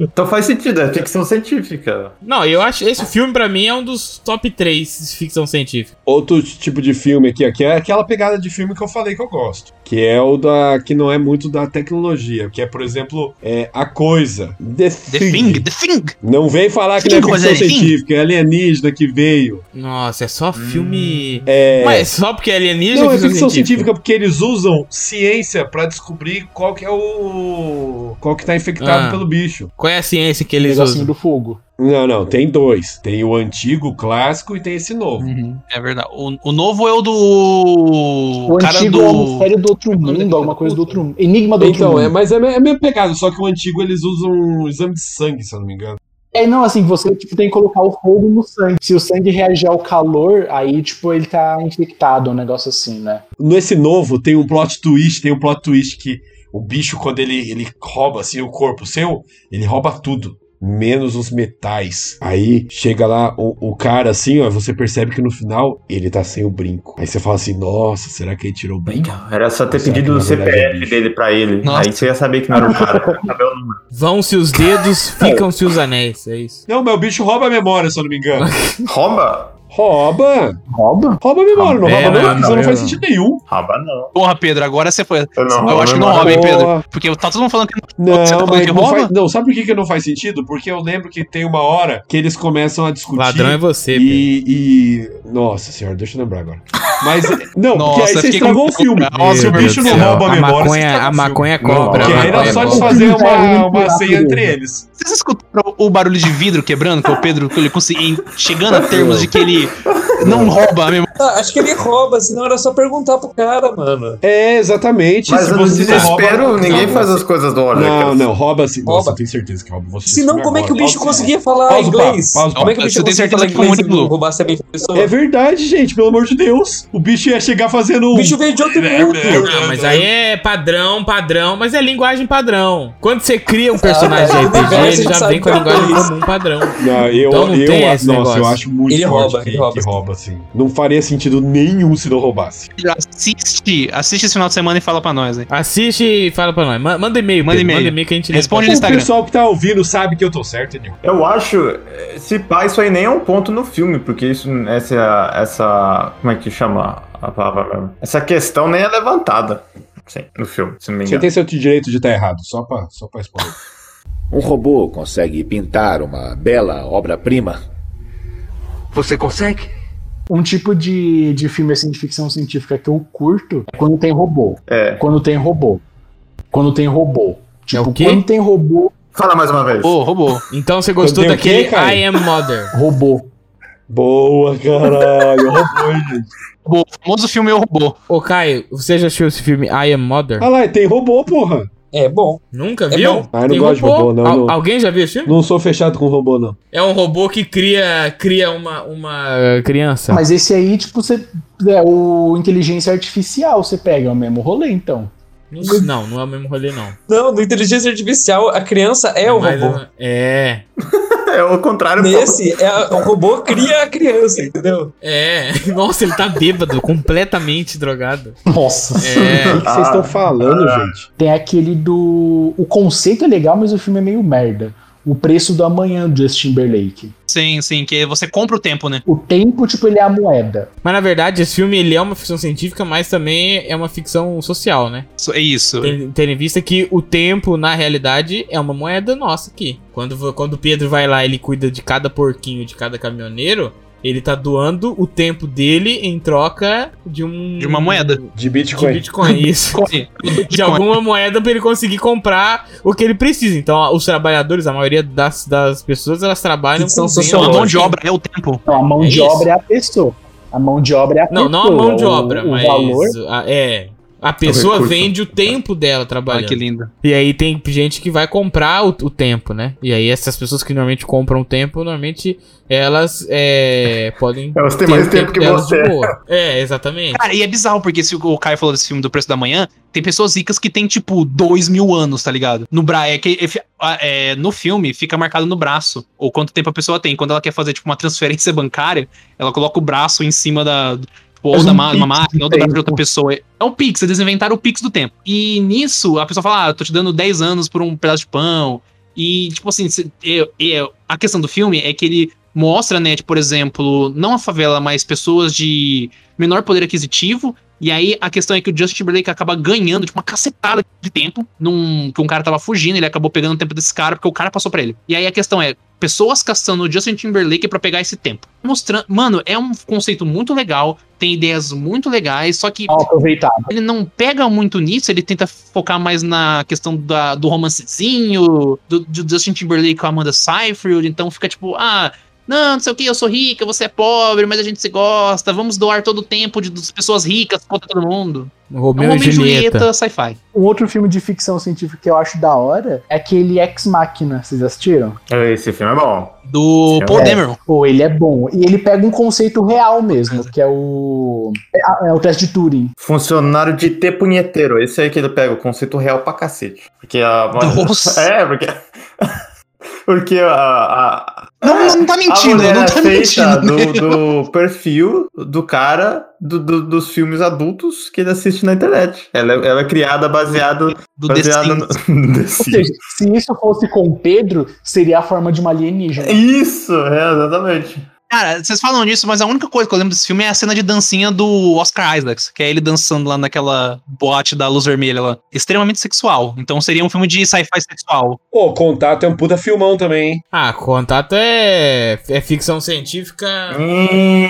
[SPEAKER 7] Então faz sentido, é ficção científica.
[SPEAKER 4] Não, eu acho. Esse filme, pra mim, é um dos top 3 de ficção científica.
[SPEAKER 8] Outro tipo de filme aqui, aqui é aquela pegada de filme que eu falei que eu gosto. Que é o da. que não é muito da tecnologia. Que é, por exemplo, é A Coisa. The,
[SPEAKER 5] The Thing, The Thing.
[SPEAKER 8] Não vem falar que
[SPEAKER 5] Thing,
[SPEAKER 8] não é ficção
[SPEAKER 5] Rogério, Thing.
[SPEAKER 8] científica, é alienígena que veio.
[SPEAKER 4] Nossa, é só filme.
[SPEAKER 8] É.
[SPEAKER 4] Mas só porque é alienígena.
[SPEAKER 8] Não, é ficção científica porque eles usam ciência pra descobrir qual que é o. qual que tá infectado
[SPEAKER 4] Ah.
[SPEAKER 8] pelo bicho.
[SPEAKER 4] Qual é a ciência
[SPEAKER 3] O
[SPEAKER 4] que eles
[SPEAKER 3] negocinho
[SPEAKER 4] usam?
[SPEAKER 3] do fogo.
[SPEAKER 8] Não, não, tem dois. Tem o antigo, o clássico e tem esse novo.
[SPEAKER 5] É verdade. O, o novo é o do.
[SPEAKER 3] Uhum. O
[SPEAKER 5] cara
[SPEAKER 3] antigo é o
[SPEAKER 5] do.
[SPEAKER 3] mistério do outro mundo, alguma coisa do outro mundo. Enigma do outro
[SPEAKER 8] Então, é,
[SPEAKER 3] mundo.
[SPEAKER 8] mas é, me- é meio pegado, só que o antigo eles usam um exame de sangue, se eu não me engano.
[SPEAKER 3] É, não, assim, você tipo, tem que colocar o fogo no sangue. Se o sangue reagir ao calor, aí, tipo, ele tá infectado, um negócio assim, né?
[SPEAKER 8] Nesse novo tem um plot twist, tem um plot twist que o bicho, quando ele, ele rouba assim, o corpo seu, ele rouba tudo. Menos os metais. Aí chega lá o, o cara assim, ó. Você percebe que no final ele tá sem o brinco. Aí você fala assim: Nossa, será que ele tirou o brinco?
[SPEAKER 7] Era só ter
[SPEAKER 8] Será que
[SPEAKER 7] pedido
[SPEAKER 8] na
[SPEAKER 7] o
[SPEAKER 8] verdade é
[SPEAKER 7] CPF
[SPEAKER 8] bicho?
[SPEAKER 7] dele pra ele.
[SPEAKER 5] Nossa.
[SPEAKER 7] Aí você ia saber que não era o cara. Saber o número.
[SPEAKER 4] Vão-se os dedos, ficam-se os anéis. É isso.
[SPEAKER 8] Não, mas o bicho rouba a memória, se eu não me engano.
[SPEAKER 7] Rouba?
[SPEAKER 8] rouba!
[SPEAKER 3] Rouba?
[SPEAKER 8] Rouba a memória, não
[SPEAKER 4] Ah,
[SPEAKER 8] rouba
[SPEAKER 4] é,
[SPEAKER 8] não,
[SPEAKER 4] não,
[SPEAKER 8] isso não
[SPEAKER 4] eu
[SPEAKER 8] faz
[SPEAKER 4] não.
[SPEAKER 8] sentido nenhum.
[SPEAKER 7] Rouba não.
[SPEAKER 5] Porra, Pedro, agora você foi.
[SPEAKER 7] Eu
[SPEAKER 5] eu
[SPEAKER 7] não roubo né,
[SPEAKER 5] acho que não rouba,
[SPEAKER 7] memória.
[SPEAKER 5] hein, Pedro?
[SPEAKER 8] Porra.
[SPEAKER 5] Porque tá todo mundo falando que não.
[SPEAKER 8] Não,
[SPEAKER 5] Você tá falando
[SPEAKER 8] mas
[SPEAKER 5] que
[SPEAKER 8] não,
[SPEAKER 5] rouba?
[SPEAKER 8] faz, não, sabe por que, que não faz sentido? Porque eu lembro que tem uma hora que eles começam a discutir.
[SPEAKER 4] Ladrão é você, Pedro.
[SPEAKER 8] E, e- Nossa senhora, deixa eu lembrar agora. Mas. Não, porque
[SPEAKER 5] Nossa,
[SPEAKER 8] aí você
[SPEAKER 5] fiquei
[SPEAKER 8] estragou
[SPEAKER 5] com-
[SPEAKER 8] o filme.
[SPEAKER 5] Nossa,
[SPEAKER 8] se o
[SPEAKER 5] meu
[SPEAKER 8] bicho
[SPEAKER 5] Deus
[SPEAKER 8] não
[SPEAKER 5] do céu.
[SPEAKER 8] rouba a memória, você
[SPEAKER 4] maconha, é
[SPEAKER 8] estraga
[SPEAKER 4] a
[SPEAKER 8] o filme.
[SPEAKER 4] maconha cobra.
[SPEAKER 8] Porque
[SPEAKER 4] a
[SPEAKER 8] aí
[SPEAKER 4] maconha
[SPEAKER 8] era só
[SPEAKER 4] cobra.
[SPEAKER 8] desfazer uma,
[SPEAKER 3] Cobra.
[SPEAKER 8] uma senha entre eles.
[SPEAKER 5] Vocês escutaram o barulho de vidro quebrando? Que é o Pedro ele conseguiu. Chegando a termos de que ele não rouba a memória.
[SPEAKER 6] Ah, acho que ele rouba, senão era só perguntar pro cara, mano.
[SPEAKER 8] É, exatamente.
[SPEAKER 7] Mas
[SPEAKER 8] se
[SPEAKER 7] no
[SPEAKER 8] você não rouba-
[SPEAKER 7] desespero, ninguém
[SPEAKER 8] não,
[SPEAKER 7] faz as coisas do olho.
[SPEAKER 8] Não, não, rouba assim. Nossa,
[SPEAKER 6] Rouba.
[SPEAKER 8] eu tenho certeza que rouba. Vou assistir
[SPEAKER 6] Senão,
[SPEAKER 8] esse
[SPEAKER 6] como é
[SPEAKER 8] filme
[SPEAKER 6] que o
[SPEAKER 8] agora.
[SPEAKER 6] bicho conseguia falar
[SPEAKER 8] Pausa o papo,
[SPEAKER 6] inglês?
[SPEAKER 8] pausa o
[SPEAKER 6] como é que o
[SPEAKER 5] papo.
[SPEAKER 6] bicho
[SPEAKER 5] Eu tenho
[SPEAKER 6] conseguia
[SPEAKER 5] certeza
[SPEAKER 6] falar
[SPEAKER 5] que foi
[SPEAKER 6] inglês
[SPEAKER 5] muito
[SPEAKER 6] e
[SPEAKER 5] louco.
[SPEAKER 6] roubar essa pessoa?
[SPEAKER 8] É verdade, É gente, pelo amor de Deus. o bicho ia chegar fazendo. um-
[SPEAKER 6] O bicho veio de outro mundo.
[SPEAKER 4] Ah, mas aí é padrão, padrão, mas é linguagem padrão. Quando você cria um personagem
[SPEAKER 6] Ah,
[SPEAKER 4] de RPG,
[SPEAKER 6] é,
[SPEAKER 4] ele
[SPEAKER 6] você
[SPEAKER 4] já
[SPEAKER 6] sabe
[SPEAKER 4] vem com a
[SPEAKER 6] que é
[SPEAKER 4] linguagem
[SPEAKER 6] isso.
[SPEAKER 4] comum padrão.
[SPEAKER 8] Não, eu,
[SPEAKER 4] Então não
[SPEAKER 8] eu,
[SPEAKER 4] tem
[SPEAKER 8] nossa,
[SPEAKER 4] esse negócio.
[SPEAKER 8] eu acho muito
[SPEAKER 6] Ele
[SPEAKER 8] forte
[SPEAKER 6] rouba,
[SPEAKER 8] que,
[SPEAKER 6] ele rouba.
[SPEAKER 8] que rouba, assim. Não faria sentido nenhum se não roubasse.
[SPEAKER 5] Assiste, assiste esse final de semana e fala pra nós, hein?
[SPEAKER 4] Assiste e fala pra nós. Ma- Manda e-mail,
[SPEAKER 5] Manda
[SPEAKER 4] Pedro,
[SPEAKER 5] e-mail.
[SPEAKER 4] Manda e-mail que a gente lê.
[SPEAKER 5] Responde
[SPEAKER 8] o
[SPEAKER 5] no Instagram.
[SPEAKER 8] pessoal que tá ouvindo sabe que eu tô certo, Nil.
[SPEAKER 7] Eu acho, eh, se pá, isso aí nem é um ponto no filme, porque isso, essa, essa, como é que chama a palavra mesmo? Essa questão nem é levantada, sim, no filme, se não me
[SPEAKER 8] Você
[SPEAKER 7] engano.
[SPEAKER 8] tem seu direito de estar errado, só pra, só pra expor.
[SPEAKER 1] Um robô consegue pintar uma bela obra-prima.
[SPEAKER 15] Você consegue?
[SPEAKER 3] Um tipo de, de filme assim, de ficção científica que eu curto é quando tem robô.
[SPEAKER 7] É.
[SPEAKER 3] Quando tem robô. Quando tem robô. Tipo,
[SPEAKER 4] o quê?
[SPEAKER 3] quando tem robô,
[SPEAKER 7] Fala mais uma vez.
[SPEAKER 5] Ô, roubou.
[SPEAKER 4] Então você gostou
[SPEAKER 8] Tem o quê,
[SPEAKER 4] daquele
[SPEAKER 8] Caio?
[SPEAKER 4] I am mother.
[SPEAKER 3] robô.
[SPEAKER 8] Boa, caralho. Roubou, hein, gente.
[SPEAKER 5] Roubou. O famoso filme Eu Roubou.
[SPEAKER 4] Ô, Caio, você já assistiu esse filme I am mother?
[SPEAKER 8] Ah lá, tem robô, porra.
[SPEAKER 6] É bom.
[SPEAKER 4] Nunca
[SPEAKER 6] É
[SPEAKER 4] viu?
[SPEAKER 6] bom.
[SPEAKER 8] Ah, eu não gosto de robô, não,
[SPEAKER 4] Al-
[SPEAKER 8] não.
[SPEAKER 4] Alguém já viu esse filme?
[SPEAKER 8] Não sou fechado com robô, não.
[SPEAKER 4] É um robô que cria, cria uma, uma criança.
[SPEAKER 3] Mas esse aí, tipo, você. É, o inteligência artificial você pega, é o mesmo rolê, então.
[SPEAKER 4] Não, sei- não, não é o mesmo rolê, não.
[SPEAKER 6] Não, do inteligência artificial, a criança é o
[SPEAKER 4] Mas
[SPEAKER 6] robô.
[SPEAKER 4] eu- É.
[SPEAKER 7] É o contrário. pô.
[SPEAKER 6] Nesse, é a- o robô cria a criança, entendeu?
[SPEAKER 4] É. Nossa, ele tá bêbado, completamente drogado.
[SPEAKER 3] Nossa.
[SPEAKER 8] O
[SPEAKER 4] É.
[SPEAKER 8] que que vocês estão falando, gente?
[SPEAKER 3] Tem aquele do. O conceito é legal, mas o filme é meio merda. O preço do amanhã do Justin Timberlake.
[SPEAKER 5] Sim, sim, que você compra o tempo, né?
[SPEAKER 3] O tempo, tipo, ele é a moeda.
[SPEAKER 4] Mas na verdade, esse filme ele é uma ficção científica, mas também é uma ficção social, né?
[SPEAKER 5] Isso- É isso.
[SPEAKER 4] Tendo tendo em vista que o tempo, na realidade, é uma moeda nossa aqui. Quando, vo- quando o Pedro vai lá ele cuida de cada porquinho, de cada caminhoneiro, ele tá doando o tempo dele em troca de um.
[SPEAKER 5] De uma moeda.
[SPEAKER 8] De
[SPEAKER 4] De um
[SPEAKER 8] Bitcoin.
[SPEAKER 4] Bitcoin, isso.
[SPEAKER 5] Corre.
[SPEAKER 4] De alguma moeda pra ele conseguir comprar o que ele precisa. Então, ó, os trabalhadores, a maioria das, das pessoas, elas trabalham
[SPEAKER 6] Ficção
[SPEAKER 4] com venda.
[SPEAKER 5] A
[SPEAKER 6] social.
[SPEAKER 5] mão de obra é o tempo.
[SPEAKER 3] Então, a mão
[SPEAKER 4] É
[SPEAKER 3] de
[SPEAKER 4] isso.
[SPEAKER 3] obra é a pessoa. A mão de obra é a
[SPEAKER 4] Não,
[SPEAKER 3] pessoa.
[SPEAKER 4] não a mão de
[SPEAKER 3] O-
[SPEAKER 4] obra,
[SPEAKER 3] o
[SPEAKER 4] mas.
[SPEAKER 3] valor
[SPEAKER 4] a- é. A pessoa
[SPEAKER 7] recurso.
[SPEAKER 4] vende o tempo dela
[SPEAKER 5] Olha que
[SPEAKER 4] trabalhando.
[SPEAKER 5] lindo.
[SPEAKER 4] E aí tem gente que vai comprar o, o tempo, né? E aí essas pessoas que normalmente compram o tempo, normalmente elas é, podem.
[SPEAKER 7] Elas têm
[SPEAKER 4] ter
[SPEAKER 7] mais
[SPEAKER 4] o
[SPEAKER 7] tempo que
[SPEAKER 4] delas
[SPEAKER 7] você.
[SPEAKER 4] de boa. É, exatamente.
[SPEAKER 5] Cara, e é bizarro, porque se o Caio falou desse filme do preço da manhã, tem pessoas ricas que tem, tipo, dois mil anos, tá ligado? No bra é que é fi- a- é, no filme fica marcado no braço, ou quanto tempo a pessoa tem. Quando ela quer fazer, tipo, uma transferência bancária, ela coloca o braço em cima da. tipo, Ou
[SPEAKER 3] Faz
[SPEAKER 5] da
[SPEAKER 3] um
[SPEAKER 5] ma-
[SPEAKER 3] pix
[SPEAKER 5] uma máquina,
[SPEAKER 3] do
[SPEAKER 5] ou do braço
[SPEAKER 3] tempo.
[SPEAKER 5] de outra pessoa. É é um pix, eles inventaram o pix do tempo. E nisso, a pessoa fala, ah, eu tô te dando 10 anos por um pedaço de pão. E, tipo assim, se- eu- eu- a questão do filme é que ele mostra, né, tipo, por exemplo, não a favela, mas pessoas de menor poder aquisitivo. E aí a questão é que o Justin Timberlake acaba ganhando, tipo, uma cacetada de tempo, num, que um cara tava fugindo, ele acabou pegando o tempo desse cara, porque o cara passou pra ele. E aí a questão é, pessoas caçando o Justin Timberlake pra pegar esse tempo. Mostrando, mano, é um conceito muito legal, tem ideias muito legais, só que
[SPEAKER 3] mal aproveitado.
[SPEAKER 5] ele não pega muito nisso, ele tenta focar mais na questão da- do romancezinho, do, do Justin Timberlake com a Amanda Seyfried, então fica tipo, ah, não, não sei o que, eu sou rica, você é pobre, mas a gente se gosta, vamos doar todo o tempo de, das pessoas ricas contra todo mundo.
[SPEAKER 4] Romeu
[SPEAKER 5] é um
[SPEAKER 4] e Julieta.
[SPEAKER 5] sci-fi.
[SPEAKER 3] Um outro filme de ficção científica que eu acho da hora é aquele Ex Machina. Vocês assistiram?
[SPEAKER 7] Esse filme é bom.
[SPEAKER 5] Do
[SPEAKER 7] É.
[SPEAKER 5] Paul Dameron.
[SPEAKER 3] Pô, ele é bom. E ele pega um conceito real mesmo, que é o. É, é o teste de Turing.
[SPEAKER 7] Funcionário de ter punheteiro. Esse aí que ele pega o conceito real pra cacete. Porque a.
[SPEAKER 5] Nossa.
[SPEAKER 7] É, porque. porque a. a...
[SPEAKER 5] Não, não tá mentindo,
[SPEAKER 7] a mulher
[SPEAKER 5] não tá
[SPEAKER 7] é feita
[SPEAKER 5] mentindo. né?
[SPEAKER 7] do, do perfil do cara do- do- dos filmes adultos que ele assiste na internet. Ela, é- ela é criada baseada
[SPEAKER 5] Do The
[SPEAKER 7] baseada
[SPEAKER 5] Sims.
[SPEAKER 7] no- The
[SPEAKER 3] Ou
[SPEAKER 7] Sims.
[SPEAKER 3] seja, se isso fosse com o Pedro, seria a forma de uma alienígena.
[SPEAKER 7] Isso, é, exatamente.
[SPEAKER 5] Cara, vocês falam disso, mas a única coisa que eu lembro desse filme é a cena de dancinha do Oscar Isaacs, que é ele dançando lá naquela boate da luz vermelha lá. Extremamente sexual. Então seria um filme de sci-fi sexual.
[SPEAKER 8] Ô, Contato é um puta filmão também, hein?
[SPEAKER 4] Ah, contato é. é ficção científica.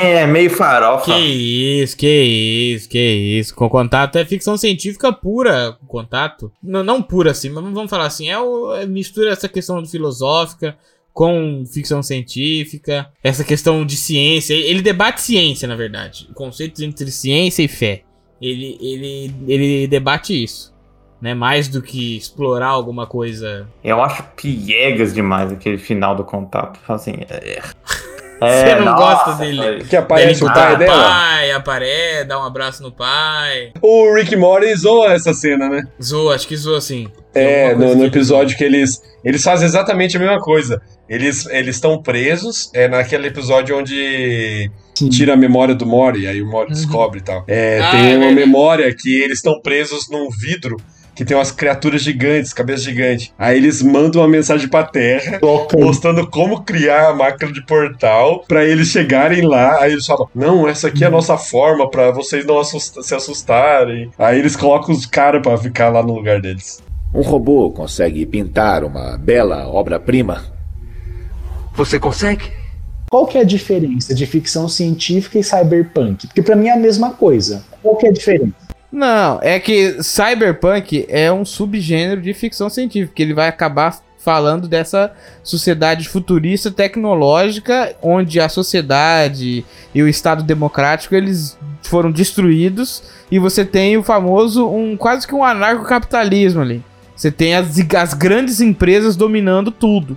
[SPEAKER 7] É, meio farofa.
[SPEAKER 4] Que isso, que isso, que isso. Com contato é ficção científica pura. Com contato. Não, não pura assim, mas vamos falar assim. É, o, é mistura essa questão do filosófica com ficção científica, essa questão de ciência. Ele debate ciência, na verdade. Conceitos entre ciência e fé. Ele, ele, ele debate isso. Né? Mais do que explorar alguma coisa.
[SPEAKER 7] Eu acho piegas demais aquele final do contato. Assim, é-
[SPEAKER 4] Você não gosta dele.
[SPEAKER 8] Que aparece
[SPEAKER 4] Dele
[SPEAKER 8] o pai
[SPEAKER 4] matar
[SPEAKER 8] dela?
[SPEAKER 4] pai, aparece, dá um abraço no pai.
[SPEAKER 8] O Rick Morty zoa essa cena, né?
[SPEAKER 4] Zoa, acho que zoa sim.
[SPEAKER 8] É, no, no episódio que eles. Eles fazem exatamente a mesma coisa. Eles eles estão presos, é naquele episódio onde tira a memória do Mori, aí o Mori descobre e tal. Uhum. É,
[SPEAKER 12] Ah,
[SPEAKER 8] tem
[SPEAKER 12] é
[SPEAKER 8] uma
[SPEAKER 12] verdade.
[SPEAKER 8] memória que eles estão presos num vidro que tem umas criaturas gigantes, cabeça gigante. Aí eles mandam uma mensagem pra Terra, mostrando como criar a máquina de portal pra eles chegarem lá. Aí eles falam: "Não, essa aqui é a nossa forma pra vocês não assusta- se assustarem". Aí eles colocam os caras pra ficar lá no lugar deles.
[SPEAKER 1] Um robô consegue pintar uma bela obra-prima.
[SPEAKER 15] Você consegue?
[SPEAKER 3] Qual que é a diferença de ficção científica e cyberpunk? Porque pra mim é a mesma coisa. Qual que é a diferença?
[SPEAKER 4] Não, é que cyberpunk é um subgênero de ficção científica, que ele vai acabar falando dessa sociedade futurista tecnológica onde a sociedade e o estado democrático eles foram destruídos e você tem o famoso um quase que um anarcocapitalismo ali. Você tem as, as grandes empresas dominando tudo.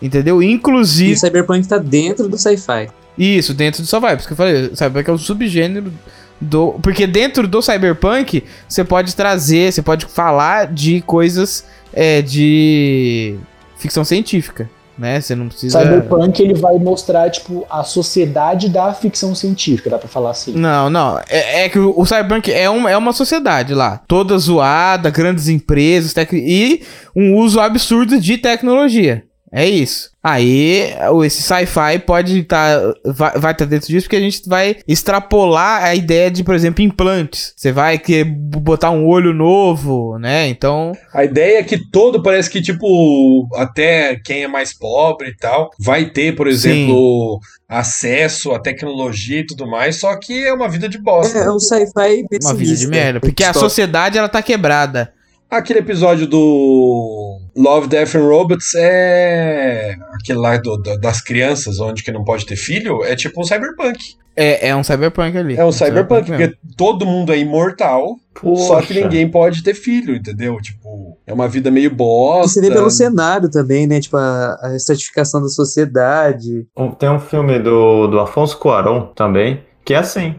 [SPEAKER 4] Entendeu? Inclusive. E
[SPEAKER 6] Cyberpunk tá dentro do sci-fi.
[SPEAKER 4] Isso, dentro do sci-fi. Por isso que eu falei, Cyberpunk é um subgênero do. Porque dentro do Cyberpunk, você pode trazer, você pode falar de coisas é, de ficção científica. Né? Você não precisa.
[SPEAKER 3] Cyberpunk ele vai mostrar tipo a sociedade da ficção científica, dá pra falar assim.
[SPEAKER 4] Não, não. É, é que o o Cyberpunk é, um, é uma sociedade lá. Toda zoada, grandes empresas tec- e um uso absurdo de tecnologia. É isso. Aí o- esse sci-fi pode estar. vai estar dentro disso, porque a gente vai extrapolar a ideia de, por exemplo, implantes. Você vai que botar um olho novo, né? Então.
[SPEAKER 8] A ideia é que todo parece que, tipo, até quem é mais pobre e tal, vai ter, por exemplo, acesso à tecnologia e tudo mais, só que é uma vida de bosta.
[SPEAKER 6] É um sci-fi
[SPEAKER 4] Uma vida de merda. Porque a sociedade ela tá quebrada.
[SPEAKER 8] Aquele episódio do Love, Death and Robots é aquele lá do- do- das crianças, onde que não pode ter filho, é tipo um cyberpunk.
[SPEAKER 4] É, é um cyberpunk ali.
[SPEAKER 8] É um cyberpunk,
[SPEAKER 4] mesmo.
[SPEAKER 8] porque todo mundo é imortal, só que
[SPEAKER 6] Poxa.
[SPEAKER 8] ninguém pode ter filho, entendeu? Tipo, é uma vida meio bosta.
[SPEAKER 6] Você vê pelo cenário também, né? Tipo, a, a estratificação da sociedade.
[SPEAKER 7] Um- Tem um filme do, do Afonso Cuarón também, que é assim,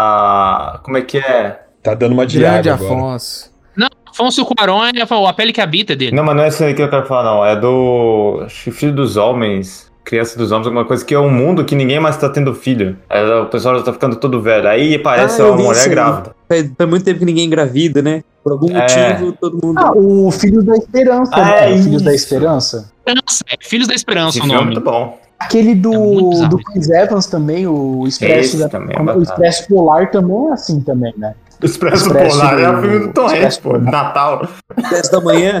[SPEAKER 7] da... Como é que é?
[SPEAKER 8] Tá dando uma
[SPEAKER 7] de água
[SPEAKER 4] Grande Afonso.
[SPEAKER 5] Não, Afonso Cuarón é a pele que habita dele.
[SPEAKER 7] Não, mas não é esse aí que eu quero falar, não. É do acho que Filho dos Homens, Criança dos Homens, alguma coisa, que é um mundo que ninguém mais tá tendo filho. Aí O pessoal já tá ficando todo velho. Aí parece
[SPEAKER 6] Ah, eu
[SPEAKER 7] uma
[SPEAKER 6] vi isso
[SPEAKER 7] mulher
[SPEAKER 6] aí.
[SPEAKER 7] grávida.
[SPEAKER 6] Faz, faz muito tempo que ninguém engravida, né? Por algum
[SPEAKER 7] É.
[SPEAKER 6] motivo, todo mundo.
[SPEAKER 3] Ah, o Filhos da Esperança,
[SPEAKER 6] Ah,
[SPEAKER 3] né?
[SPEAKER 6] é
[SPEAKER 3] O Filhos da Esperança.
[SPEAKER 5] Esperança, é Filhos da Esperança
[SPEAKER 7] Esse
[SPEAKER 5] o
[SPEAKER 7] filme é
[SPEAKER 5] nome. É
[SPEAKER 7] muito bom.
[SPEAKER 3] Aquele do, do Chris Evans também, o Expresso,
[SPEAKER 7] Esse
[SPEAKER 3] da-
[SPEAKER 7] também é
[SPEAKER 3] como- o
[SPEAKER 7] bacana.
[SPEAKER 3] Expresso Polar também é assim também, né?
[SPEAKER 7] O Expresso,
[SPEAKER 3] Expresso
[SPEAKER 7] Polar é
[SPEAKER 3] do-
[SPEAKER 7] o filme do Tom Hanks,
[SPEAKER 3] Expresso
[SPEAKER 7] pô. Natal.
[SPEAKER 6] 10 da
[SPEAKER 3] Qual
[SPEAKER 6] manhã.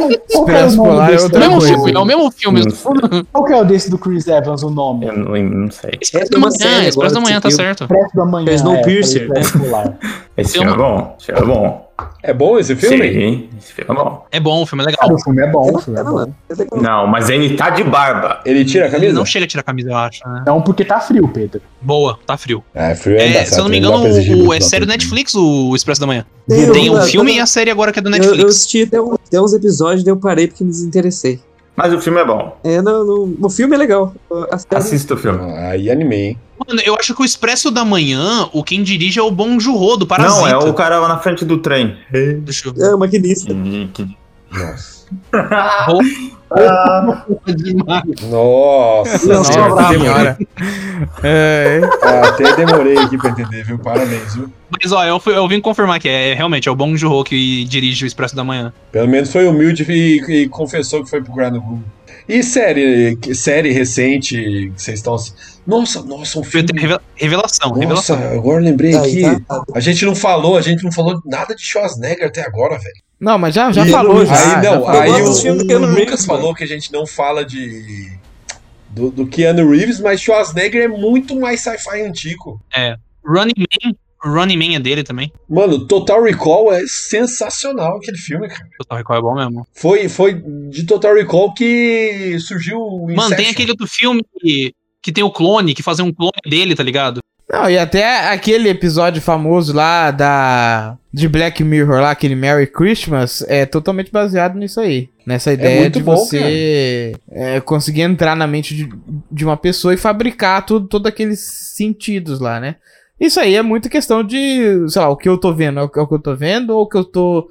[SPEAKER 3] que é o
[SPEAKER 7] Expresso
[SPEAKER 3] nome
[SPEAKER 7] Polar é
[SPEAKER 3] desse
[SPEAKER 7] outra
[SPEAKER 3] também?
[SPEAKER 7] coisa.
[SPEAKER 6] tipo,
[SPEAKER 7] É o
[SPEAKER 5] mesmo filme.
[SPEAKER 3] Qual que é o desse do Chris Evans, o nome?
[SPEAKER 7] Eu não, lembro, não sei.
[SPEAKER 6] Expresso
[SPEAKER 3] é
[SPEAKER 6] da manhã, Expresso da manhã, tá certo.
[SPEAKER 3] Expresso da manhã.
[SPEAKER 6] É
[SPEAKER 3] Snowpiercer,
[SPEAKER 6] Snowpiercer,
[SPEAKER 3] é,
[SPEAKER 6] né?
[SPEAKER 3] Expresso Polar.
[SPEAKER 7] Esse filme é bom. Esse filme é bom.
[SPEAKER 8] É bom esse
[SPEAKER 7] filme? Sim, esse filme é bom.
[SPEAKER 5] É bom, o filme é legal.
[SPEAKER 3] Cara, o filme é bom, o filme é bom.
[SPEAKER 7] Não, mas ele tá de barba.
[SPEAKER 8] Ele tira a camisa?
[SPEAKER 5] Ele não chega a tirar a camisa, eu acho. né?
[SPEAKER 3] Não, porque tá frio, Pedro.
[SPEAKER 5] Boa, tá frio.
[SPEAKER 8] É, frio
[SPEAKER 5] É, se eu não me engano, o, é série do Netflix, o Expresso da Manhã.
[SPEAKER 6] Eu-
[SPEAKER 5] Tem um
[SPEAKER 6] eu-
[SPEAKER 5] filme e a série agora que é do
[SPEAKER 6] Eu,
[SPEAKER 5] Netflix.
[SPEAKER 6] eu assisti até, um- até uns episódios, daí eu parei porque me desinteressei.
[SPEAKER 7] Mas o filme é bom.
[SPEAKER 6] É, não, não- o filme é legal. A série-
[SPEAKER 7] Assista o filme.
[SPEAKER 8] Ah, Aí animei, hein?
[SPEAKER 5] Mano, eu acho que o Expresso da Manhã, o quem dirige é o Bom Jurô, do Parasita.
[SPEAKER 7] Não, é o cara lá na frente do trem.
[SPEAKER 5] Deixa eu
[SPEAKER 6] É, maquinista.
[SPEAKER 8] Nossa. Nossa,
[SPEAKER 7] Nossa,
[SPEAKER 4] Nossa
[SPEAKER 8] até
[SPEAKER 4] senhora. É.
[SPEAKER 8] Até demorei aqui pra entender, viu? Parabéns, viu?
[SPEAKER 5] Mas ó, eu, fui- eu vim confirmar que é realmente é o Bong Joon-ho que dirige o Expresso da Manhã.
[SPEAKER 8] Pelo menos foi humilde e, e confessou que foi procurar no Google. E série, que- série recente que vocês estão. ass- Nossa, nossa, um filme.
[SPEAKER 5] Revelação,
[SPEAKER 8] Nossa,
[SPEAKER 5] revelação.
[SPEAKER 8] agora eu lembrei
[SPEAKER 5] Aí,
[SPEAKER 8] aqui.
[SPEAKER 5] tá.
[SPEAKER 8] A gente não falou, a gente não falou nada de Schwarzenegger até agora, velho.
[SPEAKER 4] Não, mas já, já
[SPEAKER 8] E-
[SPEAKER 4] falou, já.
[SPEAKER 8] Aí
[SPEAKER 4] já
[SPEAKER 8] não,
[SPEAKER 4] falou.
[SPEAKER 8] aí o, o Lucas falou que a gente não fala de. Do, do Keanu Reeves, mas Schwarzenegger é muito mais sci-fi antigo.
[SPEAKER 5] É. Running Man, Running Man é dele também.
[SPEAKER 8] Mano, Total Recall é sensacional aquele filme, cara.
[SPEAKER 5] Total Recall é bom mesmo.
[SPEAKER 8] Foi, foi de Total Recall que surgiu o
[SPEAKER 5] Mano, tem
[SPEAKER 8] Inception.
[SPEAKER 5] aquele outro filme que, que tem o clone, que fazem um clone dele, tá ligado?
[SPEAKER 4] Não, e até aquele episódio famoso lá da de Black Mirror lá, aquele Merry Christmas, é totalmente baseado nisso aí. Nessa ideia
[SPEAKER 8] É muito
[SPEAKER 4] de
[SPEAKER 8] bom,
[SPEAKER 4] você é, conseguir entrar na mente de, de uma pessoa e fabricar tudo, todos aqueles sentidos lá, né? Isso aí é muito questão de, sei lá, o que eu tô vendo, é o que é o que eu tô vendo ou o que eu tô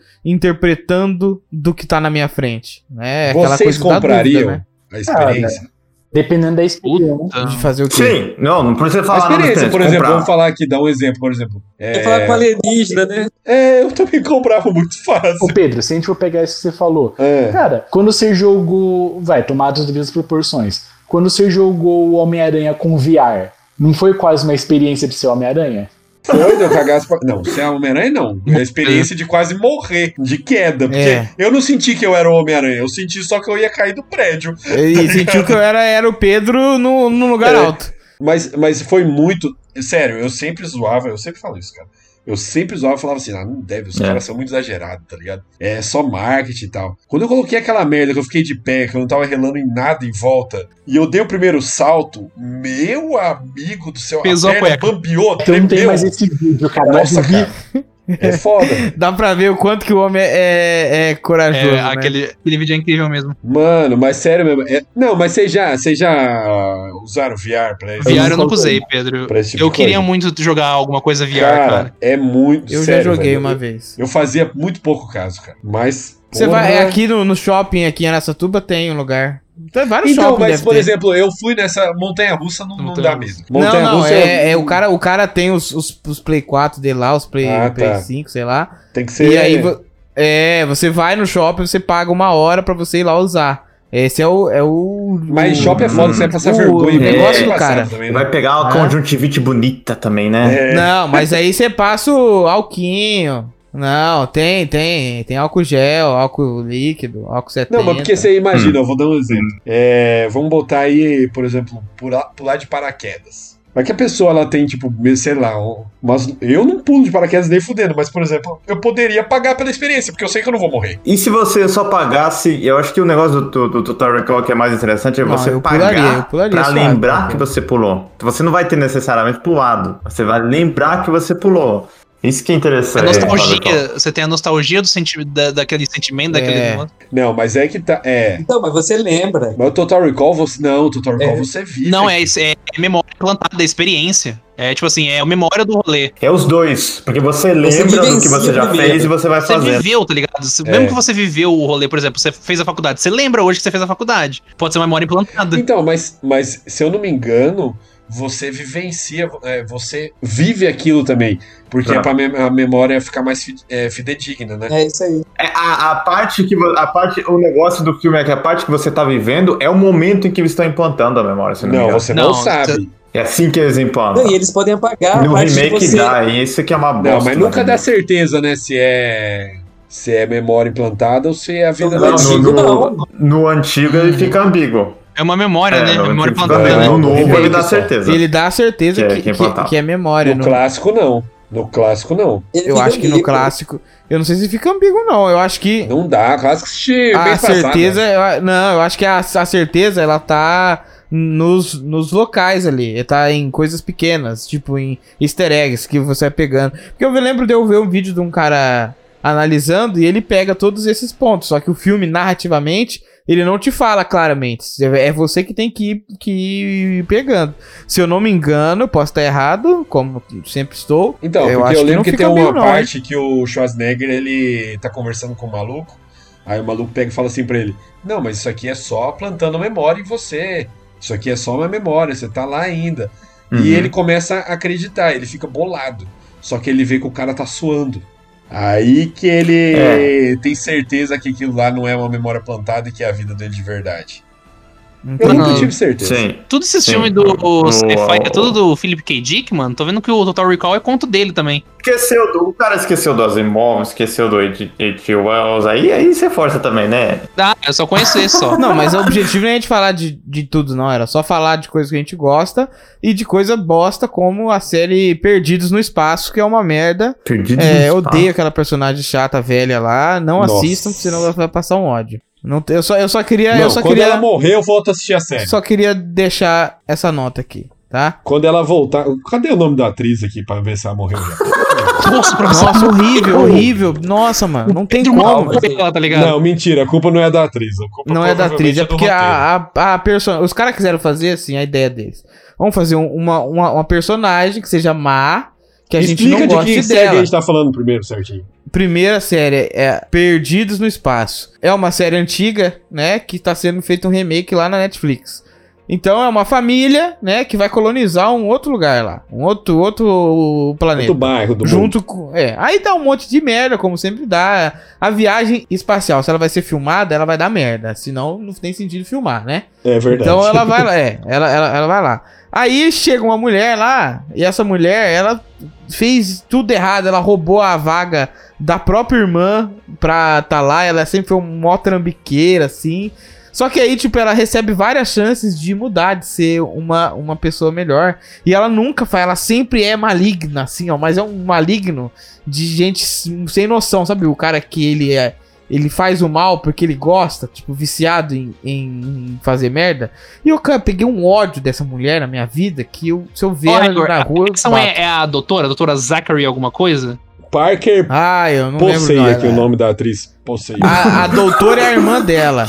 [SPEAKER 4] interpretando do que tá na minha frente, né? Aquela
[SPEAKER 8] Vocês
[SPEAKER 4] coisa da dúvida,
[SPEAKER 8] comprariam
[SPEAKER 4] né?
[SPEAKER 8] a experiência?
[SPEAKER 3] Dependendo da experiência.
[SPEAKER 4] De fazer o quê?
[SPEAKER 7] Sim, não, não precisa
[SPEAKER 8] A
[SPEAKER 7] falar nada
[SPEAKER 8] experiência,
[SPEAKER 7] diferente,
[SPEAKER 8] por exemplo,
[SPEAKER 7] comprar.
[SPEAKER 8] vamos falar aqui, dar um exemplo, por exemplo. É,
[SPEAKER 6] falar com alienígena, né?
[SPEAKER 8] é, eu também comprava muito fácil.
[SPEAKER 3] Ô Pedro, se a gente for pegar isso que você falou,
[SPEAKER 8] É.
[SPEAKER 3] cara, quando você jogou. Vai, tomar as devidas proporções. Quando você jogou o Homem-Aranha com VR, não foi quase uma experiência de ser Homem-Aranha?
[SPEAKER 8] Foi, deu cagaço pra... Não, você é Homem-Aranha, não. É a experiência de quase morrer, de queda. Porque
[SPEAKER 4] É.
[SPEAKER 8] eu não senti que eu era o Homem-Aranha, eu senti só que eu ia cair do prédio.
[SPEAKER 4] E sentiu que eu era, era o Pedro no, num lugar
[SPEAKER 8] É.
[SPEAKER 4] alto.
[SPEAKER 8] Mas, mas foi muito. Sério, eu sempre zoava, eu sempre falo isso, cara. Eu sempre zoava e falava assim, ah, não deve, os
[SPEAKER 7] É.
[SPEAKER 8] caras são muito exagerados, tá ligado? É só marketing e tal. Quando eu coloquei aquela merda que eu fiquei de pé, que eu não tava relando em nada em volta, e eu dei o primeiro salto, meu amigo do céu,
[SPEAKER 5] Pesou a
[SPEAKER 8] a perna
[SPEAKER 5] cueca.
[SPEAKER 8] bambiou,
[SPEAKER 3] Então não tem
[SPEAKER 8] tremeu.
[SPEAKER 3] mais esse vídeo, cara.
[SPEAKER 8] Nossa,
[SPEAKER 3] Mas vi-
[SPEAKER 8] cara. É foda.
[SPEAKER 4] Dá pra ver o quanto que o homem é, é- é corajoso.
[SPEAKER 5] É,
[SPEAKER 4] né?
[SPEAKER 5] aquele, aquele vídeo é incrível mesmo.
[SPEAKER 8] Mano, mas sério mesmo. é- Não, mas vocês já, vocês já usaram VR pra esse,
[SPEAKER 5] VR eu
[SPEAKER 3] não
[SPEAKER 5] nunca usei, Pedro.
[SPEAKER 8] pra esse tipo
[SPEAKER 5] Eu
[SPEAKER 8] de
[SPEAKER 5] queria
[SPEAKER 8] coisa?
[SPEAKER 5] muito jogar alguma coisa VR,
[SPEAKER 8] Cara,
[SPEAKER 5] cara.
[SPEAKER 8] é muito.
[SPEAKER 4] Eu
[SPEAKER 8] sério,
[SPEAKER 4] já joguei
[SPEAKER 8] velho.
[SPEAKER 4] uma vez.
[SPEAKER 8] Eu fazia muito pouco caso, cara. Mas.
[SPEAKER 4] Você
[SPEAKER 8] porra.
[SPEAKER 4] vai é aqui no, no shopping, aqui em Aracatuba tem um lugar. Tem vários
[SPEAKER 8] Então,
[SPEAKER 4] shoppings.
[SPEAKER 8] mas
[SPEAKER 4] deve
[SPEAKER 8] por
[SPEAKER 4] ter.
[SPEAKER 8] exemplo, eu fui nessa montanha-russa, não, não dá
[SPEAKER 5] Montanha-russa.
[SPEAKER 8] mesmo.
[SPEAKER 4] Não, não,
[SPEAKER 8] Montanha-russa
[SPEAKER 4] é, é o, cara, o cara tem os, os, os Play 4 dele lá, os Play,
[SPEAKER 8] Ah,
[SPEAKER 4] Play
[SPEAKER 8] tá.
[SPEAKER 4] 5, sei lá.
[SPEAKER 8] Tem que ser.
[SPEAKER 4] E aí vo- é, você vai no shopping, você paga uma hora pra você ir lá usar. Esse é o. É o
[SPEAKER 8] Mas
[SPEAKER 4] o-
[SPEAKER 8] shopping é foda, você vai passar
[SPEAKER 4] o
[SPEAKER 8] vergonha.
[SPEAKER 4] negócio
[SPEAKER 8] é,
[SPEAKER 4] do cara.
[SPEAKER 8] Também, né?
[SPEAKER 7] Vai pegar uma
[SPEAKER 5] É.
[SPEAKER 4] Ah.
[SPEAKER 7] conjuntivite bonita também, né?
[SPEAKER 8] É.
[SPEAKER 4] Não, mas aí você passa o alquinho. Não, tem, tem. Tem álcool gel, álcool líquido, álcool 70.
[SPEAKER 8] Não, mas porque você imagina, eu vou dar um exemplo. É, vamos botar aí, por exemplo, pular, pular de paraquedas. Mas que a pessoa ela tem, tipo, me- sei lá, um- mas eu não pulo de paraquedas nem fudendo, mas, por exemplo, eu poderia pagar pela experiência, porque eu sei que eu não vou morrer.
[SPEAKER 7] E se você só pagasse, eu acho que o negócio do, do, do Total Recall que é mais interessante é
[SPEAKER 4] Não,
[SPEAKER 7] você
[SPEAKER 4] eu
[SPEAKER 7] pagar
[SPEAKER 4] pularia, eu pularia
[SPEAKER 7] pra
[SPEAKER 4] suave,
[SPEAKER 7] lembrar
[SPEAKER 4] cara.
[SPEAKER 7] que você pulou. Você não vai ter necessariamente pulado, você vai lembrar que você pulou. Isso que é
[SPEAKER 5] A
[SPEAKER 7] interessante.
[SPEAKER 5] nostalgia, você tem a nostalgia do senti da- daquele sentimento, daquele.
[SPEAKER 4] É.
[SPEAKER 8] Não, mas é que tá. É.
[SPEAKER 6] Então, mas você lembra.
[SPEAKER 8] Mas o Total Recall, você. Não, o Total Recall você vive.
[SPEAKER 5] Não, é, isso, é, é memória plantada, da experiência. É tipo assim, é a memória do rolê.
[SPEAKER 7] É os dois, porque você lembra do que
[SPEAKER 6] vivencia
[SPEAKER 7] você já
[SPEAKER 6] primeiro.
[SPEAKER 7] fez e você vai
[SPEAKER 5] Você
[SPEAKER 7] fazer.
[SPEAKER 5] viveu, tá ligado? Você-
[SPEAKER 8] É.
[SPEAKER 5] Mesmo que você viveu o rolê, por exemplo, você fez a faculdade, você lembra hoje que você fez a faculdade. Pode ser uma memória implantada.
[SPEAKER 8] Então, mas, mas se eu não me engano, você vivencia, é, você vive aquilo também. Porque
[SPEAKER 7] Tá.
[SPEAKER 8] é pra mem- a memória ficar mais fi- é, fidedigna, né?
[SPEAKER 6] É isso aí.
[SPEAKER 7] É, a, a parte que vo- a parte o negócio do filme é que a parte que você tá vivendo é o momento em que eles estão implantando a memória, se não,
[SPEAKER 8] Não,
[SPEAKER 7] me engano.
[SPEAKER 8] você não,
[SPEAKER 5] Não,
[SPEAKER 8] sabe.
[SPEAKER 7] É assim que eles implantam.
[SPEAKER 6] Não, e eles podem apagar
[SPEAKER 7] no
[SPEAKER 6] a parte
[SPEAKER 7] remake
[SPEAKER 6] que você...
[SPEAKER 7] dá, e isso que é uma bosta.
[SPEAKER 8] Não, mas nunca
[SPEAKER 7] né?
[SPEAKER 8] dá certeza, né, se é se é memória implantada ou se é a vida
[SPEAKER 6] Não,
[SPEAKER 8] da
[SPEAKER 7] no,
[SPEAKER 6] não.
[SPEAKER 7] no,
[SPEAKER 6] Antigo
[SPEAKER 7] no antigo ele fica ambíguo.
[SPEAKER 5] É uma memória, né?
[SPEAKER 7] no
[SPEAKER 5] memória
[SPEAKER 7] antigo
[SPEAKER 5] plantada,
[SPEAKER 7] também,
[SPEAKER 5] né?
[SPEAKER 7] No novo ele
[SPEAKER 8] Remake
[SPEAKER 7] dá
[SPEAKER 8] só.
[SPEAKER 7] certeza.
[SPEAKER 4] Ele dá a certeza
[SPEAKER 7] Que é
[SPEAKER 4] que,
[SPEAKER 7] quem
[SPEAKER 4] que-
[SPEAKER 7] plantava.
[SPEAKER 4] que é memória.
[SPEAKER 8] No
[SPEAKER 4] não-
[SPEAKER 8] clássico né? não. No clássico não.
[SPEAKER 6] Ele
[SPEAKER 4] eu
[SPEAKER 6] fica
[SPEAKER 4] acho que no
[SPEAKER 6] vivo.
[SPEAKER 4] clássico. Eu não sei se fica ambíguo, não. Eu acho que
[SPEAKER 8] Não dá, clássico xixi,
[SPEAKER 4] a
[SPEAKER 8] mês passado.
[SPEAKER 4] certeza. eu- não, eu acho que a, a certeza, ela tá nos, nos locais ali. Ela Tá em coisas pequenas, tipo em easter eggs que você vai pegando. Porque eu me lembro de eu ver um vídeo de um cara analisando e ele pega todos esses pontos. Só que o filme, narrativamente, ele não te fala claramente. É você que tem que ir, que ir pegando. Se eu não me engano, posso estar errado, como sempre estou.
[SPEAKER 8] Então,
[SPEAKER 4] Eu
[SPEAKER 8] porque
[SPEAKER 4] acho
[SPEAKER 8] eu
[SPEAKER 4] que
[SPEAKER 8] lembro
[SPEAKER 4] não
[SPEAKER 8] que,
[SPEAKER 4] fica
[SPEAKER 8] tem uma
[SPEAKER 4] meio não,
[SPEAKER 8] parte que o Schwarzenegger, ele tá conversando com o maluco, aí o maluco pega e fala assim pra ele, não, mas isso aqui é só plantando memória em você, isso aqui é só uma memória, você tá lá ainda.
[SPEAKER 7] Uhum.
[SPEAKER 8] E ele começa a acreditar, ele fica bolado, só que ele vê que o cara tá suando. Aí que ele tem certeza que aquilo lá não é uma memória plantada e que é a vida dele de verdade. Eu
[SPEAKER 4] Então,
[SPEAKER 8] nunca tive certeza.
[SPEAKER 7] Sim.
[SPEAKER 5] Todos esses
[SPEAKER 7] Sim.
[SPEAKER 5] filmes do
[SPEAKER 7] Uau.
[SPEAKER 5] sci-fi é tudo do Philip K. Dick, mano. Tô vendo que o Total Recall é conto dele também.
[SPEAKER 7] Esqueceu do. O cara esqueceu do Asimov, esqueceu do E.T. Wells. Aí, aí você força também, né?
[SPEAKER 5] Ah, eu só conheço esse só.
[SPEAKER 4] Não, mas o objetivo não é a gente falar de, de tudo, não. Era só falar de coisa que a gente gosta e de coisa bosta, como a série Perdidos no Espaço, que é uma merda.
[SPEAKER 7] Perdido.
[SPEAKER 4] É, eu odeio aquela personagem chata velha lá. Não
[SPEAKER 8] Nossa.
[SPEAKER 4] assistam, porque senão vai passar um ódio. Não, tem- É, eu, só, eu só queria.
[SPEAKER 8] Não,
[SPEAKER 4] eu só
[SPEAKER 8] quando é
[SPEAKER 4] queria.
[SPEAKER 8] ela morrer, eu volto a assistir a série.
[SPEAKER 4] Só queria deixar essa nota aqui. Tá?
[SPEAKER 8] Quando ela voltar. Cadê o nome da atriz aqui pra ver se ela morreu já?
[SPEAKER 4] Nossa, horrível, horrível. Nossa, mano, não tem como.
[SPEAKER 5] tá
[SPEAKER 8] Não, mentira, a culpa não é da atriz. a culpa
[SPEAKER 4] Não é da atriz, é
[SPEAKER 8] provavelmente do
[SPEAKER 4] porque
[SPEAKER 8] roteiro.
[SPEAKER 4] a, a, a persona. Os caras quiseram fazer assim, a ideia deles. Vamos fazer um- uma, uma, uma personagem que seja má, que a gente
[SPEAKER 8] Explica
[SPEAKER 4] não
[SPEAKER 8] de que
[SPEAKER 4] goste
[SPEAKER 8] série a
[SPEAKER 4] dela.
[SPEAKER 8] gente tá falando primeiro, certinho.
[SPEAKER 4] Primeira série é Perdidos no Espaço. É uma série antiga, né? Que tá sendo feito um remake lá na Netflix. Então é uma família, né, que vai colonizar um outro lugar lá, um outro outro planeta.
[SPEAKER 8] Outro bairro É do
[SPEAKER 4] Junto com, é, aí dá um monte de merda, como sempre dá. A viagem espacial, se ela vai ser filmada, ela vai dar merda, senão não tem sentido filmar, né?
[SPEAKER 8] É verdade.
[SPEAKER 4] Então ela vai lá, é, ela, ela, ela vai lá. Aí chega uma mulher lá, e essa mulher, ela fez tudo errado, ela roubou a vaga da própria irmã pra tá lá, ela sempre foi uma mó trambiqueira, assim. Só que aí, tipo, ela recebe várias chances de mudar, de ser uma, uma pessoa melhor. E ela nunca faz, ela sempre é maligna, assim, ó, mas é um maligno de gente s- sem noção, sabe? O cara que ele é ele faz o mal porque ele gosta, tipo, viciado em, em fazer merda. E eu, cara, peguei um ódio dessa mulher na minha vida que eu, se eu ver
[SPEAKER 5] Ó,
[SPEAKER 4] ela
[SPEAKER 5] Igor,
[SPEAKER 4] na
[SPEAKER 5] a
[SPEAKER 4] rua. eu
[SPEAKER 5] ficção é,
[SPEAKER 4] bato.
[SPEAKER 5] é a doutora, a doutora Zachary alguma coisa?
[SPEAKER 8] Parker
[SPEAKER 4] Ah, eu não lembro.
[SPEAKER 8] Possei
[SPEAKER 4] não,
[SPEAKER 8] aqui
[SPEAKER 4] ela-
[SPEAKER 8] o nome da atriz. Possei.
[SPEAKER 4] a, a doutora é a irmã dela.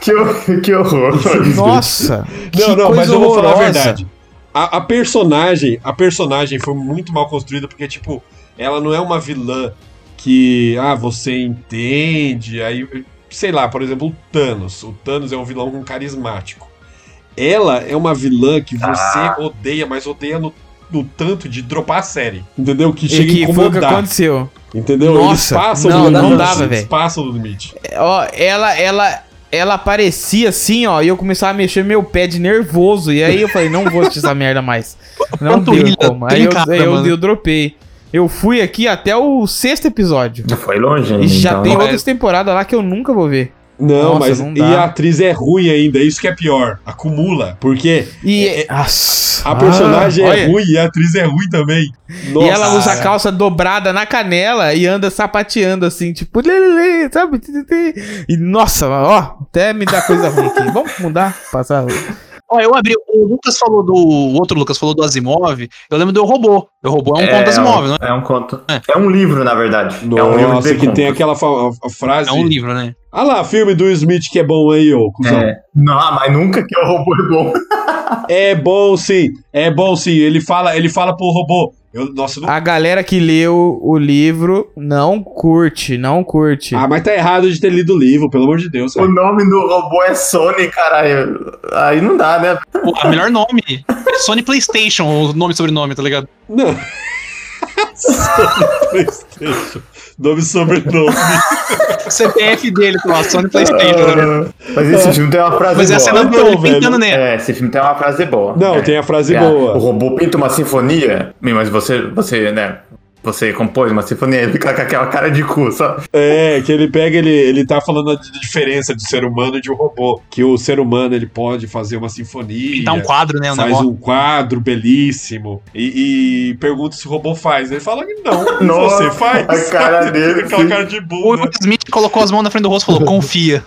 [SPEAKER 7] Que, hor- que horror.
[SPEAKER 4] Nossa! que
[SPEAKER 8] Não, não, mas
[SPEAKER 4] coisa
[SPEAKER 8] eu vou falar a
[SPEAKER 4] horrorosa.
[SPEAKER 8] verdade. A, a personagem, a personagem foi muito mal construída porque tipo, ela não é uma vilã que ah, você entende, aí sei lá, por exemplo, o Thanos. O Thanos é um vilão carismático. Ela é uma vilã que você odeia, mas odeia no, no tanto de dropar a série. Entendeu? Que
[SPEAKER 4] E
[SPEAKER 8] chega
[SPEAKER 4] que
[SPEAKER 8] a
[SPEAKER 4] foi o que
[SPEAKER 8] incomodar.
[SPEAKER 4] aconteceu.
[SPEAKER 8] Entendeu?
[SPEAKER 4] Nossa,
[SPEAKER 8] eles passam
[SPEAKER 4] não,
[SPEAKER 8] do
[SPEAKER 4] não
[SPEAKER 8] limite.
[SPEAKER 4] dava,
[SPEAKER 8] eles
[SPEAKER 4] velho.
[SPEAKER 8] passam do limite.
[SPEAKER 4] Ó, ela, ela, ela aparecia assim, ó, e eu começava a mexer meu pé de nervoso. E aí eu falei, não vou assistir essa merda mais. Não deu
[SPEAKER 5] Panturrilha
[SPEAKER 4] como. Aí eu,
[SPEAKER 5] trincada,
[SPEAKER 4] aí eu,
[SPEAKER 5] mano.
[SPEAKER 4] eu dropei. Eu fui aqui até o sexto episódio.
[SPEAKER 7] Foi longe,
[SPEAKER 4] E já
[SPEAKER 7] então.
[SPEAKER 4] tem um
[SPEAKER 5] Mas-
[SPEAKER 4] outras temporadas lá que eu nunca vou ver.
[SPEAKER 8] Não,
[SPEAKER 4] Nossa,
[SPEAKER 8] mas
[SPEAKER 4] não
[SPEAKER 8] e
[SPEAKER 4] dá.
[SPEAKER 8] a atriz é ruim ainda, isso que é pior. Acumula, porque
[SPEAKER 4] E,
[SPEAKER 8] É, a personagem
[SPEAKER 5] Ah,
[SPEAKER 8] é
[SPEAKER 4] olha.
[SPEAKER 8] ruim e a atriz é ruim também.
[SPEAKER 4] e ela usa a calça dobrada na canela e anda sapateando assim, tipo, lê, lê, lê, sabe? Ti, ti, ti. E nossa, ó, até me dá coisa ruim aqui. Vamos mudar, passar.
[SPEAKER 5] Ó, eu abri, o Lucas falou do, o outro Lucas falou do Asimov, eu lembro do Eu Robô. Eu Robô é um conto Asimov, não é?
[SPEAKER 7] É um conto. É um livro, na verdade. é um livro
[SPEAKER 8] Nossa,
[SPEAKER 7] de
[SPEAKER 8] que tem
[SPEAKER 7] conto.
[SPEAKER 8] aquela fa- a frase.
[SPEAKER 5] É um livro, né?
[SPEAKER 8] Ah lá, filme do Smith que é bom aí, ô, cuzão.
[SPEAKER 7] É. Não, mas nunca que o robô é bom.
[SPEAKER 8] É. bom sim, é bom sim. Ele fala, ele fala pro robô. Eu, nossa, não...
[SPEAKER 4] A galera que leu o livro não curte, não curte.
[SPEAKER 8] Ah, mas tá errado de ter lido o livro, pelo amor de Deus.
[SPEAKER 7] O
[SPEAKER 8] cara.
[SPEAKER 7] nome do robô é Sony, caralho. Aí não dá, né?
[SPEAKER 5] O a melhor nome. É Sony PlayStation, o nome e sobrenome, tá ligado?
[SPEAKER 8] Não. PlayStation. Nome e sobrenome.
[SPEAKER 5] CPF dele, lá, Sony PlayStation. tá ligado?
[SPEAKER 7] Ah, Mas esse filme tem uma frase
[SPEAKER 5] Mas
[SPEAKER 7] boa.
[SPEAKER 5] essa é a cena do
[SPEAKER 8] Então,
[SPEAKER 5] ele pintando né?
[SPEAKER 8] velho,
[SPEAKER 5] nela.
[SPEAKER 7] É, esse filme tem uma frase boa.
[SPEAKER 8] Não,
[SPEAKER 7] É.
[SPEAKER 8] tem a frase
[SPEAKER 7] É, O
[SPEAKER 8] boa.
[SPEAKER 7] robô pinta uma sinfonia, Bem, mas você, você, né? Você compôs uma sinfonia e fica com aquela cara de cu, sabe?
[SPEAKER 8] É, que ele pega, ele, ele tá falando a di- diferença de ser humano e de um robô. Que o ser humano ele pode fazer uma sinfonia.
[SPEAKER 5] Pintar um quadro, né? Um
[SPEAKER 8] Faz
[SPEAKER 5] negócio.
[SPEAKER 8] um quadro belíssimo e, e pergunta se o robô faz. Ele fala que não,
[SPEAKER 7] Nossa,
[SPEAKER 8] você faz.
[SPEAKER 7] a cara dele,
[SPEAKER 8] Aquela
[SPEAKER 7] sim.
[SPEAKER 8] cara é de
[SPEAKER 5] O
[SPEAKER 8] bunda.
[SPEAKER 5] Will Smith colocou as mãos na frente do rosto e falou, confia.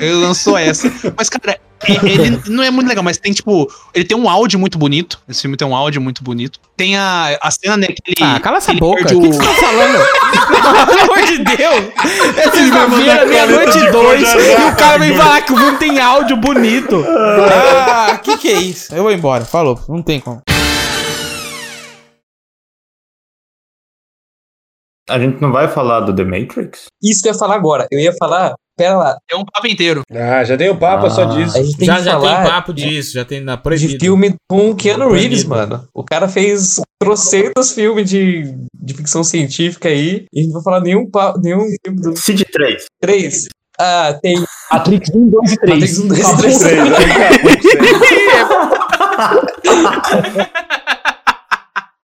[SPEAKER 5] Ele lançou essa. Mas, cara, e- ele não é muito legal, mas tem, tipo, ele tem um áudio muito bonito. Esse filme tem um áudio muito bonito. Tem a, a cena, né, que ele.
[SPEAKER 4] Ah, cala essa
[SPEAKER 5] ele
[SPEAKER 4] boca. O
[SPEAKER 5] perde
[SPEAKER 4] que
[SPEAKER 5] o-
[SPEAKER 4] que você tá falando? Pelo amor de Deus! É sexta-feira,
[SPEAKER 8] mandar caneta
[SPEAKER 4] meia-noite
[SPEAKER 8] de
[SPEAKER 4] dois,
[SPEAKER 8] cor de
[SPEAKER 4] e o
[SPEAKER 8] azar,
[SPEAKER 4] cara vem
[SPEAKER 8] Igor.
[SPEAKER 4] falar que o filme tem áudio bonito. Ah, que que é isso? Eu vou embora, falou. Não tem como.
[SPEAKER 7] A gente não vai falar do The Matrix?
[SPEAKER 6] Isso que eu ia falar agora. Eu ia falar. Pera lá.
[SPEAKER 5] É um papo inteiro.
[SPEAKER 12] Ah, já dei um papo
[SPEAKER 7] Ah.
[SPEAKER 12] só disso.
[SPEAKER 6] A gente tem que falar
[SPEAKER 4] disso, já tem na
[SPEAKER 6] de filme com o Keanu
[SPEAKER 4] Proibido.
[SPEAKER 6] Reeves, mano. O cara fez trocentos filmes de, de ficção científica aí. E não vou falar nenhum, pa- nenhum filme do
[SPEAKER 7] Cid 3.
[SPEAKER 6] 3. Ah, tem um,
[SPEAKER 3] Matrix 1, 2 e 3.
[SPEAKER 6] Matrix 1, 2 e 3.
[SPEAKER 7] Três, né?